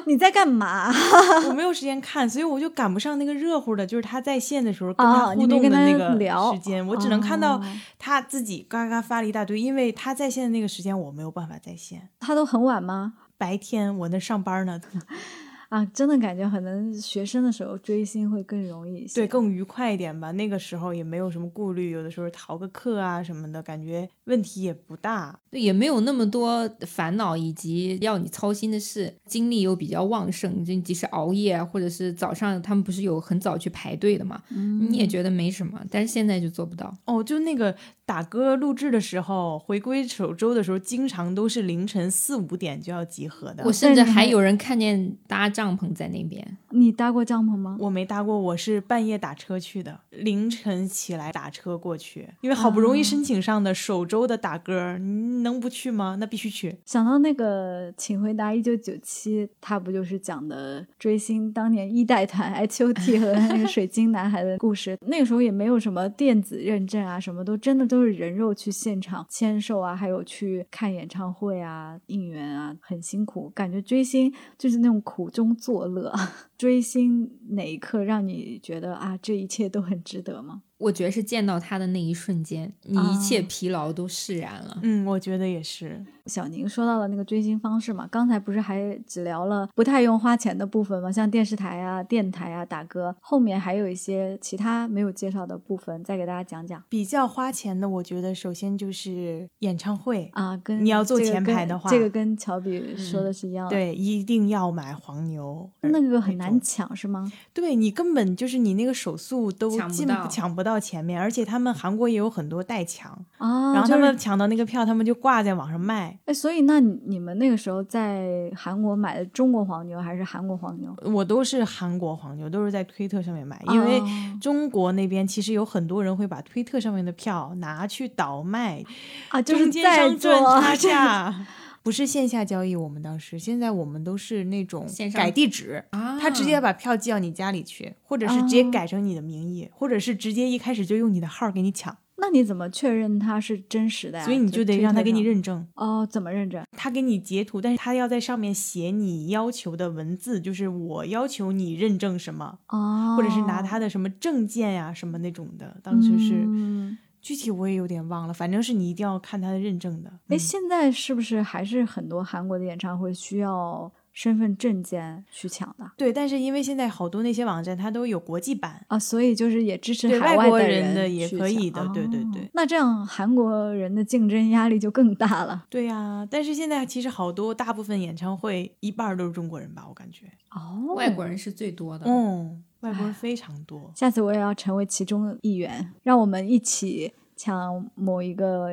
[SPEAKER 1] 你在干嘛？ *laughs*
[SPEAKER 3] 我没有时间看，所以我就赶不上那个热乎的，就是他在线的时候跟
[SPEAKER 1] 啊
[SPEAKER 3] 他
[SPEAKER 1] 你
[SPEAKER 3] 互
[SPEAKER 1] 没
[SPEAKER 3] 动的
[SPEAKER 1] 跟
[SPEAKER 3] 那
[SPEAKER 1] 他
[SPEAKER 3] 个
[SPEAKER 1] 聊
[SPEAKER 3] 时间，我只能看到
[SPEAKER 1] 哦
[SPEAKER 3] 他自己嘎嘎发了一大堆，因为他在线的那个时间我没有办法在线。
[SPEAKER 1] 他都很晚吗？
[SPEAKER 3] 白天我那上
[SPEAKER 1] *laughs*
[SPEAKER 3] 班呢，
[SPEAKER 1] 啊，真的感觉可能学生的时候追星会更容易一些。
[SPEAKER 3] 对，更愉快一点吧。那个时候也没有什么顾虑，有的时候逃个课啊什么的，感觉问题也不大。
[SPEAKER 2] 对也没有那么多烦恼以及要你操心的事，精力又比较旺盛，就即使熬夜啊或者是早上他们不是有很早去排队的嘛，你也觉得没什么，但是现在就做不到。
[SPEAKER 3] 哦，就那个打歌录制的时候，回归首周的时候，经常都是凌晨四五点就要集合的。
[SPEAKER 2] 我甚
[SPEAKER 1] 但是
[SPEAKER 2] 至还
[SPEAKER 1] 还
[SPEAKER 2] 有人看见搭帐篷在那边，
[SPEAKER 1] 你搭过帐篷吗？
[SPEAKER 3] 我没搭过，我是半夜打车去的，凌晨起来打车过去，因为好不容易申请上的首周的打歌，你能不去吗？那必须去。
[SPEAKER 1] 想到那个《请回答一九九七》，它不就是讲的追星当年一代团 H.O.T 和那个水晶男孩的故事？那个时候也没有什么电子认证啊，什么都真的都是人肉去现场签售啊，还有去看演唱会啊、应援啊，很辛苦。感觉追星就是那种苦中作乐。 *laughs* 追星哪一刻让你觉得啊，这一切都很值得吗？
[SPEAKER 2] 我觉得是见到他的那一瞬间，你一切疲劳都释然了。
[SPEAKER 3] 嗯，我觉得也是。
[SPEAKER 1] 小宁说到了那个追星方式嘛，刚才不是还只聊了不太用花钱的部分嘛，像电视台啊、电台啊、打歌，后面还有一些其他没有介绍的部分，再给大家讲讲
[SPEAKER 3] 比较花钱的，我觉得首先就是演唱会，
[SPEAKER 1] 啊。跟
[SPEAKER 3] 你要做
[SPEAKER 1] 这个
[SPEAKER 3] 前
[SPEAKER 1] 跟
[SPEAKER 3] 排的话嗯
[SPEAKER 1] 这个跟乔比说的是一样的，
[SPEAKER 3] 对，一定要买黄牛。
[SPEAKER 1] 那个很
[SPEAKER 3] 那
[SPEAKER 1] 难
[SPEAKER 3] 种
[SPEAKER 1] 抢是吗？
[SPEAKER 3] 对你根本就是你那个手速都
[SPEAKER 2] 抢不
[SPEAKER 3] 进
[SPEAKER 2] 到
[SPEAKER 3] 抢不到前面，而且他们韩国也有很多代抢，
[SPEAKER 1] 啊，
[SPEAKER 3] 然后
[SPEAKER 1] 就
[SPEAKER 3] 他
[SPEAKER 1] 是
[SPEAKER 3] 们抢到那个票，他们就挂在网上卖。
[SPEAKER 1] 哎，所以那你你们那个时候在韩国买的中国黄牛还是韩国黄牛？
[SPEAKER 3] 我都是韩国黄牛，都是在推特上面买，因为
[SPEAKER 1] 哦
[SPEAKER 3] 中国那边其实有很多人会把推特上面的票拿去倒卖，
[SPEAKER 1] 啊，就
[SPEAKER 3] 中
[SPEAKER 1] 是
[SPEAKER 3] 间
[SPEAKER 1] 在
[SPEAKER 3] 商赚
[SPEAKER 1] 做 *laughs*
[SPEAKER 3] 差价。不是线下交易，我们当时现在我们都是那种
[SPEAKER 2] 线上
[SPEAKER 3] 改地址，
[SPEAKER 2] 啊
[SPEAKER 3] 他直接把票寄到你家里去，或者是直接
[SPEAKER 1] 哦
[SPEAKER 3] 改成你的名义，或者是直接一开始就用你的号给你抢，
[SPEAKER 1] 那你怎么确认它是真实的呀？
[SPEAKER 3] 所以你就得
[SPEAKER 1] 啊推
[SPEAKER 3] 让他
[SPEAKER 1] 特
[SPEAKER 3] 给你
[SPEAKER 1] 上
[SPEAKER 3] 认证。
[SPEAKER 1] 哦，怎么认证？
[SPEAKER 3] 他给你截图，但是他要在上面写你要求的文字，就是我要求你认证什么，
[SPEAKER 1] 哦，
[SPEAKER 3] 或者是拿他的什么证件呀、什么那种的。当时是、
[SPEAKER 1] 嗯
[SPEAKER 3] 具体我也有点忘了，反正是你一定要看他的认证的。
[SPEAKER 1] 哎，
[SPEAKER 3] 嗯
[SPEAKER 1] 现在是不是还是很多韩国的演唱会需要身份证件去抢的
[SPEAKER 3] 对，但是因为现在好多那些网站它都有国际版，
[SPEAKER 1] 啊？所以就是也支持
[SPEAKER 3] 对
[SPEAKER 1] 海
[SPEAKER 3] 外国
[SPEAKER 1] 的
[SPEAKER 3] 人
[SPEAKER 1] 人
[SPEAKER 3] 的也
[SPEAKER 1] 去
[SPEAKER 3] 可以
[SPEAKER 1] 抢
[SPEAKER 3] 的对对对
[SPEAKER 1] 哦那这样韩国人的竞争压力就更大了
[SPEAKER 3] 对呀、但是现在其实好多大部分演唱会一半儿都是中国人吧，我感觉，
[SPEAKER 1] 哦。
[SPEAKER 2] 嗯外国人是最多的。
[SPEAKER 3] 嗯，外国人非常多。
[SPEAKER 1] 下次我也要成为其中一员，让我们一起抢某一个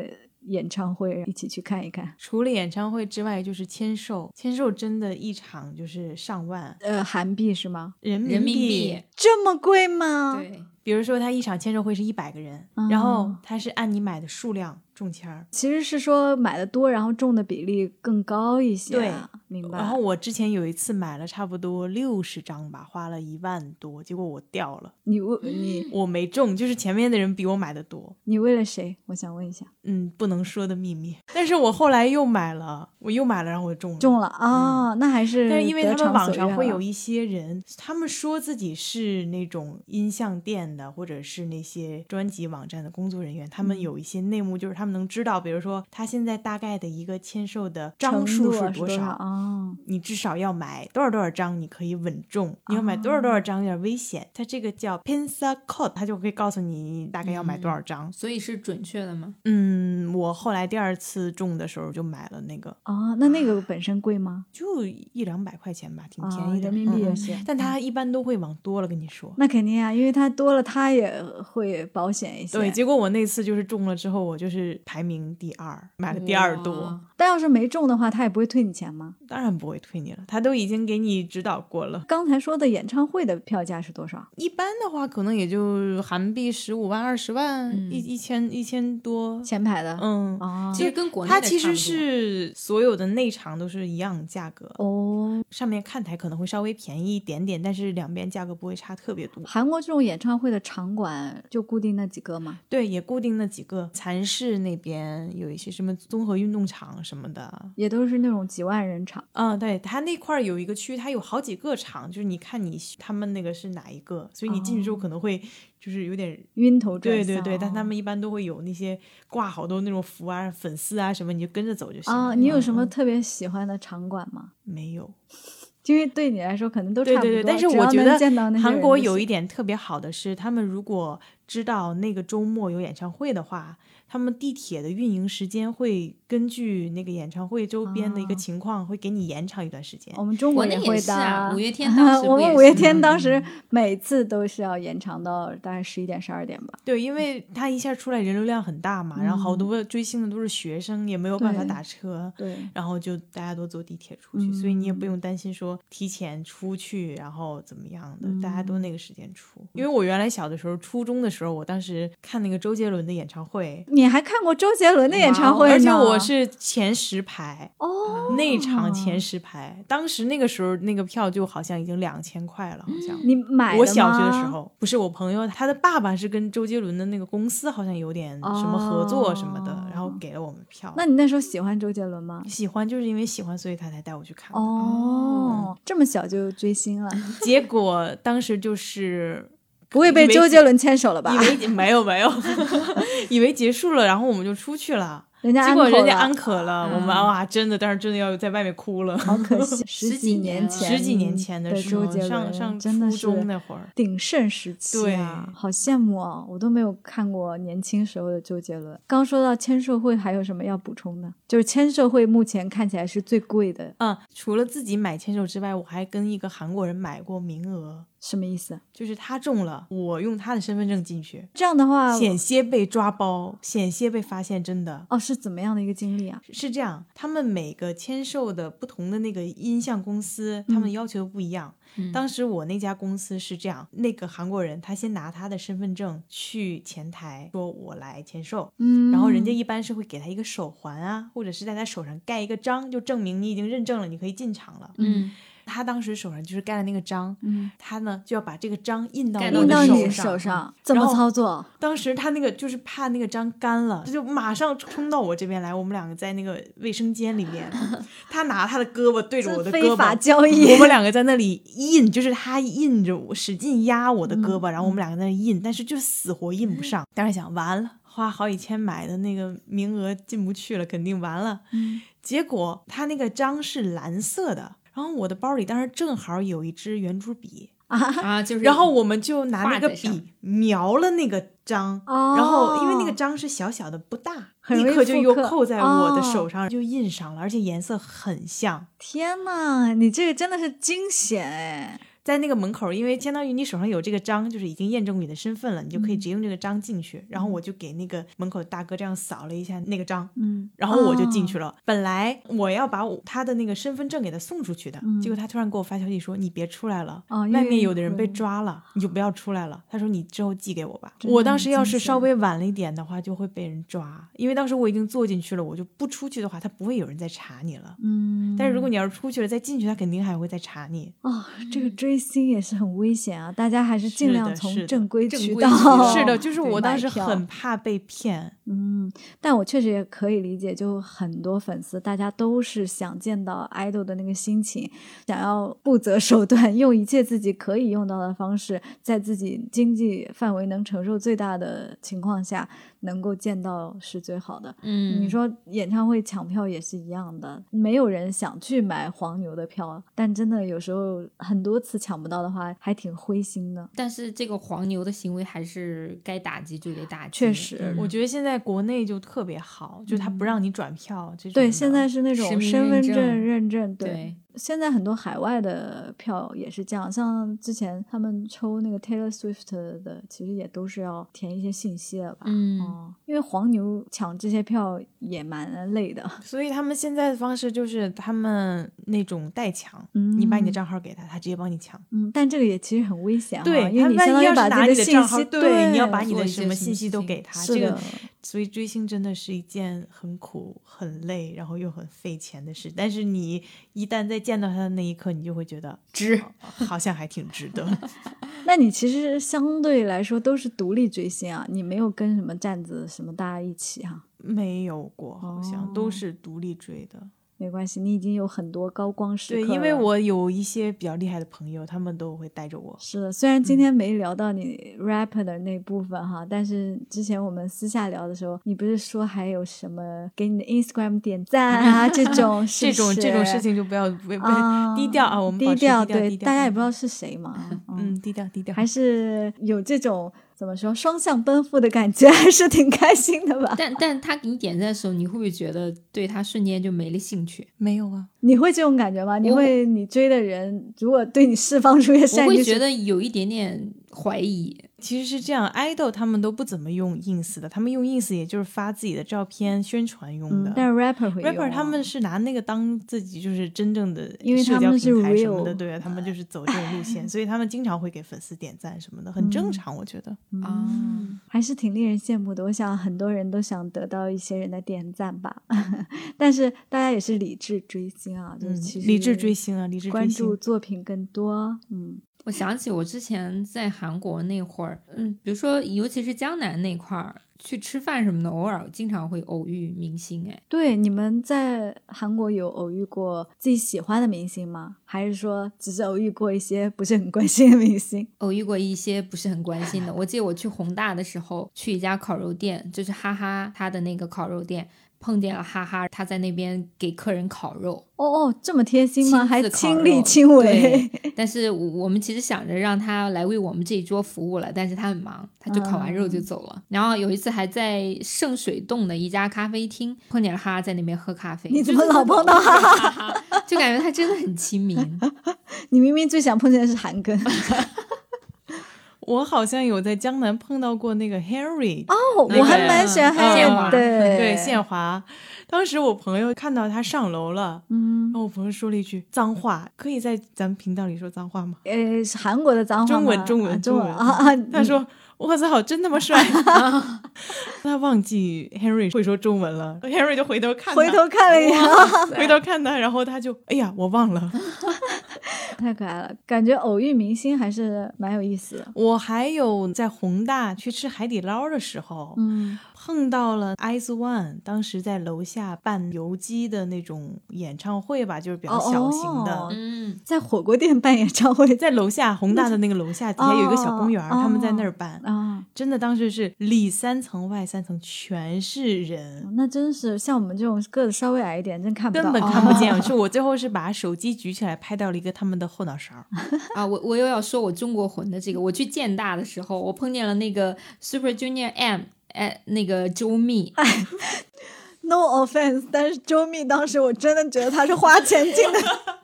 [SPEAKER 1] 演唱会，一起去看一看。
[SPEAKER 3] 除了演唱会之外，就是签售，签售真的一场就是上万
[SPEAKER 1] 呃，韩币是吗？
[SPEAKER 3] 人民
[SPEAKER 2] 人民币，
[SPEAKER 1] 这么贵吗？
[SPEAKER 2] 对，
[SPEAKER 3] 比如说，他一场签售会是一百个人，
[SPEAKER 1] 嗯
[SPEAKER 3] 然后他是按你买的数量中签儿。
[SPEAKER 1] 其实是说买的多，然后中的比例更高一些。啊
[SPEAKER 3] 对，
[SPEAKER 1] 明白。
[SPEAKER 3] 然后我之前有一次买了差不多六十张吧，花了一万多，结果我掉了，
[SPEAKER 1] 你为你
[SPEAKER 3] 我没中，就是前面的人比我买的多。
[SPEAKER 1] 你为了谁？我想问一下，
[SPEAKER 3] 嗯，不能说的秘密。但是我后来又买了，我又买了，然后我中了。
[SPEAKER 1] 中了啊、那还是
[SPEAKER 3] 嗯但是因为
[SPEAKER 1] 得
[SPEAKER 3] 他们
[SPEAKER 1] 偿
[SPEAKER 3] 网
[SPEAKER 1] 所
[SPEAKER 3] 上
[SPEAKER 1] 愿
[SPEAKER 3] 会
[SPEAKER 1] 了
[SPEAKER 3] 有一些人，他们说自己是那种音像店的，或者是那些专辑网站的工作人员，他
[SPEAKER 1] 嗯
[SPEAKER 3] 们有一些内幕，就是他们能知道，比如说他现在大概的一个签售的张
[SPEAKER 1] 程
[SPEAKER 3] 数
[SPEAKER 1] 度啊
[SPEAKER 3] 是
[SPEAKER 1] 是
[SPEAKER 3] 多
[SPEAKER 1] 少
[SPEAKER 3] 少。
[SPEAKER 1] 啊？
[SPEAKER 3] 嗯你至少要买多少多少张，你可以稳中；你要买多少
[SPEAKER 1] 哦
[SPEAKER 3] 多少张，有点危险。它这个叫 Pensa Code，它就可以告诉你大概要买多
[SPEAKER 1] 嗯
[SPEAKER 3] 少张。
[SPEAKER 2] 所以是准确的吗？
[SPEAKER 3] 嗯，我后来第二次中的时候就买了那个，
[SPEAKER 1] 哦，那那个本身贵吗？
[SPEAKER 3] 就一两百块钱吧，挺
[SPEAKER 1] 啊
[SPEAKER 3] 便宜的，
[SPEAKER 1] 人民币
[SPEAKER 3] 嗯
[SPEAKER 1] 也
[SPEAKER 3] 嗯
[SPEAKER 1] 行
[SPEAKER 3] 但它一般都会往多了跟你说。
[SPEAKER 1] 那肯定啊，因为它多了，它也会保险一些。
[SPEAKER 3] 对，结果我那次就是中了之后，我就是排名第二，买了第二多，
[SPEAKER 2] 哇，
[SPEAKER 1] 但要是没中的话，他也不会退你钱吗？
[SPEAKER 3] 当然不会退你了，他都已经给你指导过了。
[SPEAKER 1] 刚才说的演唱会的票价是多少？
[SPEAKER 3] 一般的话，可能也就韩币十五万、二十万，一
[SPEAKER 1] 嗯
[SPEAKER 3] 一千一千多，
[SPEAKER 1] 前排的？
[SPEAKER 3] 嗯，
[SPEAKER 1] 哦
[SPEAKER 2] 其实跟国内
[SPEAKER 3] 它
[SPEAKER 2] 的
[SPEAKER 3] 其
[SPEAKER 2] 差不
[SPEAKER 3] 实
[SPEAKER 2] 多
[SPEAKER 3] 是所有的内场都是一样价格，
[SPEAKER 1] 哦，
[SPEAKER 3] 上面看台可能会稍微便宜一点点，但是两边价格不会差特别多。
[SPEAKER 1] 韩国这种演唱会的场馆就固定那几个嘛。
[SPEAKER 3] 对，也固定那几个，蚕室那边有一些什么综合运动场什么的。
[SPEAKER 1] 也都是那种几万人场，
[SPEAKER 3] 嗯，对，它那块儿有一个区，它有好几个场，就是你看你他们那个是哪一个，所以你进去之后可能会就是有点。
[SPEAKER 1] 晕头转
[SPEAKER 3] 对
[SPEAKER 1] 向。啊
[SPEAKER 3] 对对，但他们一般都会有那些挂好多那种符啊、粉丝啊什么，你就跟着走就行了。
[SPEAKER 1] 啊，你有什
[SPEAKER 3] 嗯
[SPEAKER 1] 么特别喜欢的场馆吗？
[SPEAKER 3] 没有？
[SPEAKER 1] 因为对你来说可能都差
[SPEAKER 3] 对
[SPEAKER 1] 不多，
[SPEAKER 3] 对对，但是
[SPEAKER 1] 只
[SPEAKER 3] 我
[SPEAKER 1] 要
[SPEAKER 3] 觉
[SPEAKER 1] 能见到那
[SPEAKER 3] 得
[SPEAKER 1] 些
[SPEAKER 3] 韩
[SPEAKER 1] 人
[SPEAKER 3] 国
[SPEAKER 1] 就
[SPEAKER 3] 有一
[SPEAKER 1] 行
[SPEAKER 3] 点特别好的是，他们如果知道那个周末有演唱会的话，他们地铁的运营时间会根据那个演唱会周边的一个
[SPEAKER 1] 啊
[SPEAKER 3] 情况，会给你延长一段时间
[SPEAKER 1] 我。们中
[SPEAKER 2] 国
[SPEAKER 1] 国
[SPEAKER 2] 内
[SPEAKER 1] 也
[SPEAKER 2] 也
[SPEAKER 1] 会
[SPEAKER 2] 是
[SPEAKER 1] 的
[SPEAKER 2] 啊
[SPEAKER 1] 啊。*laughs*
[SPEAKER 2] 五月天当时不
[SPEAKER 1] 我
[SPEAKER 2] 也啊
[SPEAKER 1] 们五月
[SPEAKER 2] 是
[SPEAKER 1] 天
[SPEAKER 2] 吗
[SPEAKER 1] 当时每次都是要延长到大概十一点、十二点吧。
[SPEAKER 3] 对，因为他一下出来人流量很大嘛，然后好多追星的都是学生，也没有办法
[SPEAKER 1] 嗯对
[SPEAKER 3] 打车。
[SPEAKER 1] 对，嗯
[SPEAKER 3] 然后就大家都坐地铁出去，所以你也不用担心说提前出去，然后怎么样的，大家都
[SPEAKER 1] 嗯
[SPEAKER 3] 那个时间出。因为我原来小的时候，初中的时候，我当时看那个周杰伦的演唱会，
[SPEAKER 1] 你还看过周杰伦的演唱会呢？
[SPEAKER 3] 哦而且我是前十排，
[SPEAKER 1] 哦，
[SPEAKER 3] 那场前十排，当时那个时候那个票就好像已经两千块了，好像。
[SPEAKER 1] 你买
[SPEAKER 3] 我
[SPEAKER 1] 了
[SPEAKER 3] 小学的时
[SPEAKER 1] 吗
[SPEAKER 3] 候，不是我朋友，他的爸爸是跟周杰伦的那个公司好像有点什么合作什么的，然后给了我们票。
[SPEAKER 1] 哦那你那时候喜欢周杰伦吗？
[SPEAKER 3] 喜欢就是因为喜欢，所以他才带我去看的。
[SPEAKER 1] 哦，这么小就追
[SPEAKER 3] *laughs*
[SPEAKER 1] 星了，
[SPEAKER 3] 结果当时就是
[SPEAKER 1] *laughs* 不会被周杰伦牵手了吧
[SPEAKER 3] 以？为
[SPEAKER 1] *laughs*
[SPEAKER 3] 已经没有没有， *laughs* 以为结束了，然后我们就出去了，
[SPEAKER 1] 人家
[SPEAKER 3] 结果人家
[SPEAKER 1] 安嗯
[SPEAKER 3] 安可了，我们哇，真的当时真的要在外面哭了。
[SPEAKER 1] 好可
[SPEAKER 3] *laughs*
[SPEAKER 1] 惜，十几
[SPEAKER 2] 十几年
[SPEAKER 1] 年
[SPEAKER 2] 了
[SPEAKER 1] 前
[SPEAKER 3] 十几年前
[SPEAKER 1] 的
[SPEAKER 3] 时
[SPEAKER 1] 周
[SPEAKER 3] 候，
[SPEAKER 1] 杰伦，
[SPEAKER 3] 上上
[SPEAKER 1] 真的
[SPEAKER 3] 初中
[SPEAKER 1] 是
[SPEAKER 3] 那会儿，
[SPEAKER 1] 鼎盛时期、啊，
[SPEAKER 3] 对
[SPEAKER 1] 好羡慕哦！我都没有看过年轻时候的周杰伦。刚说到签售会，还有什么要补充的？就是签售会目前看起来是最贵的，
[SPEAKER 3] 嗯，除了自己买签售之外，我还跟一个韩国人买过名额，
[SPEAKER 1] 什么意思？
[SPEAKER 3] 就是他中了，我用他的身份证进去，
[SPEAKER 1] 这样的话，
[SPEAKER 3] 险些被抓包，险些被发现，真的。
[SPEAKER 1] 哦，是怎么样的一个经历啊？
[SPEAKER 3] 是这样，他们每个签售的不同的那个音像公司，他
[SPEAKER 1] 嗯
[SPEAKER 3] 们要求不一样。当时我那家公司是这样，那个韩国人他先拿他的身份证去前台说：“我来签售。”
[SPEAKER 1] 嗯
[SPEAKER 3] 然后人家一般是会给他一个手环啊，或者是在他手上盖一个章，就证明你已经认证了，你可以进场了。
[SPEAKER 2] 嗯，
[SPEAKER 3] 他当时手上就是盖了那个章，
[SPEAKER 1] 嗯
[SPEAKER 3] 他呢就要把这个章印到
[SPEAKER 2] 盖
[SPEAKER 3] 我
[SPEAKER 1] 印
[SPEAKER 2] 印
[SPEAKER 1] 到
[SPEAKER 2] 到
[SPEAKER 3] 的
[SPEAKER 1] 你
[SPEAKER 3] 手
[SPEAKER 1] 手
[SPEAKER 3] 上。嗯
[SPEAKER 1] 上，怎么
[SPEAKER 3] 然后
[SPEAKER 1] 操作？
[SPEAKER 3] 当时他那个就是怕那个章干了，他就马上冲到我这边来，我们两个在那个卫生间里
[SPEAKER 1] *laughs*
[SPEAKER 3] 面，他拿他的胳膊对着我的胳
[SPEAKER 1] 非法
[SPEAKER 3] 膊。
[SPEAKER 1] 交易
[SPEAKER 3] *laughs* 我，们两个在那里印，就是他印着我，使劲压我的胳膊，然后我们两个在那里印，但是就死活印不上。当时嗯想，完了，花好几千买的那个名额进不去了，肯定完了。结果他那个章是蓝色的，然后我的包里当时正好有一支圆珠笔，
[SPEAKER 2] *laughs* 啊，就是，
[SPEAKER 3] 然后我们就拿那
[SPEAKER 2] 画
[SPEAKER 3] 个
[SPEAKER 2] 在上
[SPEAKER 3] 笔描了那个章，
[SPEAKER 1] 哦
[SPEAKER 3] 然后因为那个章是小小的，不大，
[SPEAKER 1] 很
[SPEAKER 3] 立
[SPEAKER 1] 容易
[SPEAKER 3] 刻就
[SPEAKER 1] 复
[SPEAKER 3] 又
[SPEAKER 1] 刻
[SPEAKER 3] 扣在我的
[SPEAKER 1] 哦
[SPEAKER 3] 手上，就印上了，而且颜色很像。
[SPEAKER 1] 天呐，你这个真的是惊险哎！
[SPEAKER 3] 在那个门口，因为相当于你手上有这个章，就是已经验证你的身份了，你就可
[SPEAKER 1] 嗯
[SPEAKER 3] 以直接用这个章进去。然后我就给那个门口大哥这样扫了一下那个章，
[SPEAKER 1] 嗯，
[SPEAKER 3] 然后我就进去了。本来我要把我他的那个身份证给他送出去的，结果他突然给我发消息说：“你别出来了，
[SPEAKER 1] 嗯哦因为
[SPEAKER 3] 外面有的人被抓了，你就不要出来了。”他说：“你之后寄给我吧。”
[SPEAKER 1] 真的
[SPEAKER 3] 我当时要
[SPEAKER 1] 惊
[SPEAKER 3] 是
[SPEAKER 1] 险
[SPEAKER 3] 稍微晚了一点的话，就会被人抓，因为当时我已经坐进去了，我就不出去的话，他不会有人再查你了。
[SPEAKER 1] 嗯，
[SPEAKER 3] 但是如果你要是出去了再进去，他肯定还会再查你。
[SPEAKER 1] 哦，这个追星也是很危险啊，大家还是尽
[SPEAKER 3] 是
[SPEAKER 1] 量
[SPEAKER 3] 的是
[SPEAKER 1] 从
[SPEAKER 3] 的
[SPEAKER 1] 正规
[SPEAKER 2] 正
[SPEAKER 1] 渠
[SPEAKER 2] 规
[SPEAKER 1] 道
[SPEAKER 2] 渠道哦
[SPEAKER 3] 是的，就是我
[SPEAKER 1] 买
[SPEAKER 3] 当时
[SPEAKER 1] 票
[SPEAKER 3] 很怕被骗。
[SPEAKER 1] 嗯，但我确实也可以理解，就很多粉丝大家都是想见到 idol 的那个心情，想要不择手段，用一切自己可以用到的方式，在自己经济范围能承受最大的情况下，能够见到是最好的。
[SPEAKER 2] 嗯
[SPEAKER 1] 你说演唱会抢票也是一样的，没有人想去买黄牛的票，但真的有时候很多次抢不到的话，还挺灰心的。
[SPEAKER 2] 但是这个黄牛的行为还是该打击就得打击。
[SPEAKER 1] 确实
[SPEAKER 2] 嗯
[SPEAKER 3] 我觉得现在国内就特别好，就他不让你转票这种的。
[SPEAKER 1] 嗯对，现在是那
[SPEAKER 2] 实
[SPEAKER 1] 种
[SPEAKER 2] 名
[SPEAKER 1] 身
[SPEAKER 2] 认
[SPEAKER 1] 份
[SPEAKER 2] 证
[SPEAKER 1] 认证，对。
[SPEAKER 2] 对
[SPEAKER 1] 现在很多海外的票也是这样，像之前他们抽那个 Taylor Swift 的，其实也都是要填一些信息的吧？
[SPEAKER 2] 嗯
[SPEAKER 1] 哦，因为黄牛抢这些票也蛮累的。
[SPEAKER 3] 所以他们现在的方式就是他们那种代抢，
[SPEAKER 1] 嗯
[SPEAKER 3] 你把你的账号给他，他直接帮你抢。
[SPEAKER 1] 嗯，但这个也其实很危险哈、
[SPEAKER 3] 对，
[SPEAKER 1] 因
[SPEAKER 3] 他
[SPEAKER 1] 为你
[SPEAKER 3] 万
[SPEAKER 1] 相当
[SPEAKER 3] 一要
[SPEAKER 1] 于
[SPEAKER 3] 是
[SPEAKER 1] 把
[SPEAKER 3] 拿
[SPEAKER 1] 自
[SPEAKER 3] 你
[SPEAKER 1] 己
[SPEAKER 3] 的
[SPEAKER 1] 信
[SPEAKER 3] 账号，
[SPEAKER 1] 息，
[SPEAKER 3] 对，你要把你
[SPEAKER 2] 做
[SPEAKER 3] 的
[SPEAKER 2] 一
[SPEAKER 3] 什
[SPEAKER 2] 些
[SPEAKER 3] 么
[SPEAKER 2] 什么
[SPEAKER 3] 信息
[SPEAKER 2] 事
[SPEAKER 3] 都
[SPEAKER 2] 情
[SPEAKER 3] 给他。
[SPEAKER 1] 是
[SPEAKER 3] 这
[SPEAKER 1] 的
[SPEAKER 3] 个，所以追星真的是一件很苦、很累，然后又很费钱的事。但是你一旦在见到他的那一刻，你就会觉得
[SPEAKER 2] 值
[SPEAKER 3] 好像还挺值得。
[SPEAKER 1] 那你其实相对来说都是独立追星啊，你没有跟什么站子什么大家一起哈、
[SPEAKER 3] 没有过，好像、
[SPEAKER 1] 哦
[SPEAKER 3] 都是独立追的。
[SPEAKER 1] 没关系，你已经有很多高光时
[SPEAKER 3] 对，
[SPEAKER 1] 刻了。
[SPEAKER 3] 因为我有一些比较厉害的朋友，他们都会带着我。
[SPEAKER 1] 是的，虽
[SPEAKER 3] 嗯
[SPEAKER 1] 然今天没聊到你 rap 的那部分哈，但是之前我们私下聊的时候，你不是说还有什么给你的 Instagram 点赞啊这种是
[SPEAKER 3] 这
[SPEAKER 1] 不
[SPEAKER 3] 种
[SPEAKER 1] 是
[SPEAKER 3] 这种事情就不要不不
[SPEAKER 1] 啊
[SPEAKER 3] *laughs* 低调啊，我们保
[SPEAKER 1] 低
[SPEAKER 3] 持低调，
[SPEAKER 1] 对
[SPEAKER 3] 低调
[SPEAKER 1] 大家也不知道是谁嘛，
[SPEAKER 3] *laughs*
[SPEAKER 1] 嗯，
[SPEAKER 3] 嗯，低调低调，
[SPEAKER 1] 还是有这种怎么说双向奔赴的感觉，还是挺开心的吧？
[SPEAKER 2] 但但他给你点赞的时候，你会不会觉得对他瞬间就没了兴趣？
[SPEAKER 3] 没有啊，
[SPEAKER 1] 你会这种感觉吗？你
[SPEAKER 2] 我
[SPEAKER 1] 会你追的人如果对你释放出一些
[SPEAKER 2] 我
[SPEAKER 1] 善意，
[SPEAKER 2] 会觉得有一点点怀疑。
[SPEAKER 3] 其实是这样，idol 他们都不怎么用 ins 的，他们用 ins 也就是发自己的照片宣传用
[SPEAKER 1] 嗯
[SPEAKER 3] 的。，
[SPEAKER 1] 但是 rapper 会用
[SPEAKER 3] rapper 他们是拿那个当自己就是真正的
[SPEAKER 1] 因为
[SPEAKER 3] 社
[SPEAKER 1] 他
[SPEAKER 3] 交
[SPEAKER 1] 们是
[SPEAKER 3] 平台什么
[SPEAKER 1] real
[SPEAKER 3] 的，对啊，他们就是走这种
[SPEAKER 1] *laughs*
[SPEAKER 3] 路线，所以他们经常会给粉丝点赞什么的，很
[SPEAKER 1] 嗯
[SPEAKER 3] 正常，我觉得。
[SPEAKER 2] 啊
[SPEAKER 1] 还是挺令人羡慕的。我想很多人都想得到一些人的点赞吧， *laughs* 但是大家也是理智追星啊，就是
[SPEAKER 3] 嗯
[SPEAKER 1] 其，实
[SPEAKER 3] 理智追星啊，理智
[SPEAKER 1] 关
[SPEAKER 3] 追
[SPEAKER 1] 注
[SPEAKER 3] 星。
[SPEAKER 1] 作品更多。嗯
[SPEAKER 2] 我想起我之前在韩国那会儿，嗯，比如说尤其是江南那块儿去吃饭什么的，偶尔经常会偶遇明星，哎，
[SPEAKER 1] 对，你们在韩国有偶遇过自己喜欢的明星吗？还是说只是偶遇过一些不是很关心的明星？
[SPEAKER 2] 偶哦遇过一些不是很关心的。我记得我去宏大的时候，去一家烤肉店，就是哈哈他的那个烤肉店，碰见了哈哈，他在那边给客人烤肉，
[SPEAKER 1] 哦哦，这么贴心吗？
[SPEAKER 2] 亲自
[SPEAKER 1] 还
[SPEAKER 2] 烤
[SPEAKER 1] 亲
[SPEAKER 2] 肉
[SPEAKER 1] 力亲为。
[SPEAKER 2] 对但是我我们其实想着让他来为我们这一桌服务了，但是他很忙，他就烤完肉
[SPEAKER 1] 嗯
[SPEAKER 2] 就走了。然后有一次还在圣水洞的一家咖啡厅碰见了哈哈在那边喝咖啡，
[SPEAKER 1] 你怎
[SPEAKER 2] 就是
[SPEAKER 1] 么老碰到哈
[SPEAKER 2] 哈哈？ *laughs* 就感觉他真的很亲
[SPEAKER 1] *laughs*
[SPEAKER 2] 民。
[SPEAKER 1] 你明明最想碰见的是韩庚 *laughs*
[SPEAKER 3] 我好像有在江南碰到过那个 Henry，
[SPEAKER 1] 哦，
[SPEAKER 3] 那
[SPEAKER 1] 我还
[SPEAKER 3] 个
[SPEAKER 1] 蛮喜欢
[SPEAKER 2] 嗯
[SPEAKER 1] 韩
[SPEAKER 2] 宪
[SPEAKER 1] 庚
[SPEAKER 2] 华
[SPEAKER 1] 对
[SPEAKER 3] 对，宪华。当时我朋友看到他上楼了，
[SPEAKER 1] 嗯
[SPEAKER 3] 然，后我朋友说了一句脏话，可以在咱们频道里说脏话吗？
[SPEAKER 1] 呃，是韩国的脏话
[SPEAKER 3] 中文
[SPEAKER 1] 吗
[SPEAKER 3] 中
[SPEAKER 1] 啊
[SPEAKER 3] 文
[SPEAKER 1] 中
[SPEAKER 3] 中
[SPEAKER 1] 文
[SPEAKER 3] 文
[SPEAKER 1] 啊
[SPEAKER 3] *laughs*
[SPEAKER 1] 啊！
[SPEAKER 3] 他说：“我操，真他
[SPEAKER 1] *laughs*
[SPEAKER 3] 妈帅！” *laughs* 他忘记 Henry 会说中文了，Henry 就回头看他，
[SPEAKER 1] 回头看了一眼，
[SPEAKER 3] *laughs* 回头看他，然后他就哎呀，我忘了。
[SPEAKER 1] *laughs* 太可爱了，感觉偶遇明星还是蛮有意思的。
[SPEAKER 3] 我还有在宏大去吃海底捞的时候，
[SPEAKER 1] 嗯，
[SPEAKER 3] 碰到了 Ice One，当时在楼下办游击的那种演唱会吧，就是比较小型的。
[SPEAKER 1] 哦哦
[SPEAKER 2] 嗯，
[SPEAKER 1] 在火锅店办演唱会
[SPEAKER 3] 在楼下宏大的那个楼下底下有一个小公园，
[SPEAKER 1] 嗯哦
[SPEAKER 3] 他们在那儿办，
[SPEAKER 1] 啊、
[SPEAKER 3] 真的当时是里三层外三层全是人，
[SPEAKER 1] 那真是像我们这种个子稍微矮一点，真看不到，
[SPEAKER 3] 根本看不
[SPEAKER 1] *laughs*
[SPEAKER 3] 见。
[SPEAKER 1] 哦
[SPEAKER 3] 是我最后是把手机举起来拍到了一个他们的后脑勺，
[SPEAKER 2] 啊，我我又要说我中国魂的这个，我去建大的时候，我碰见了那个 Super Junior M，哎，那个周密，啊
[SPEAKER 1] *laughs* No offense，但是周密当时我真的觉得他是花钱进的，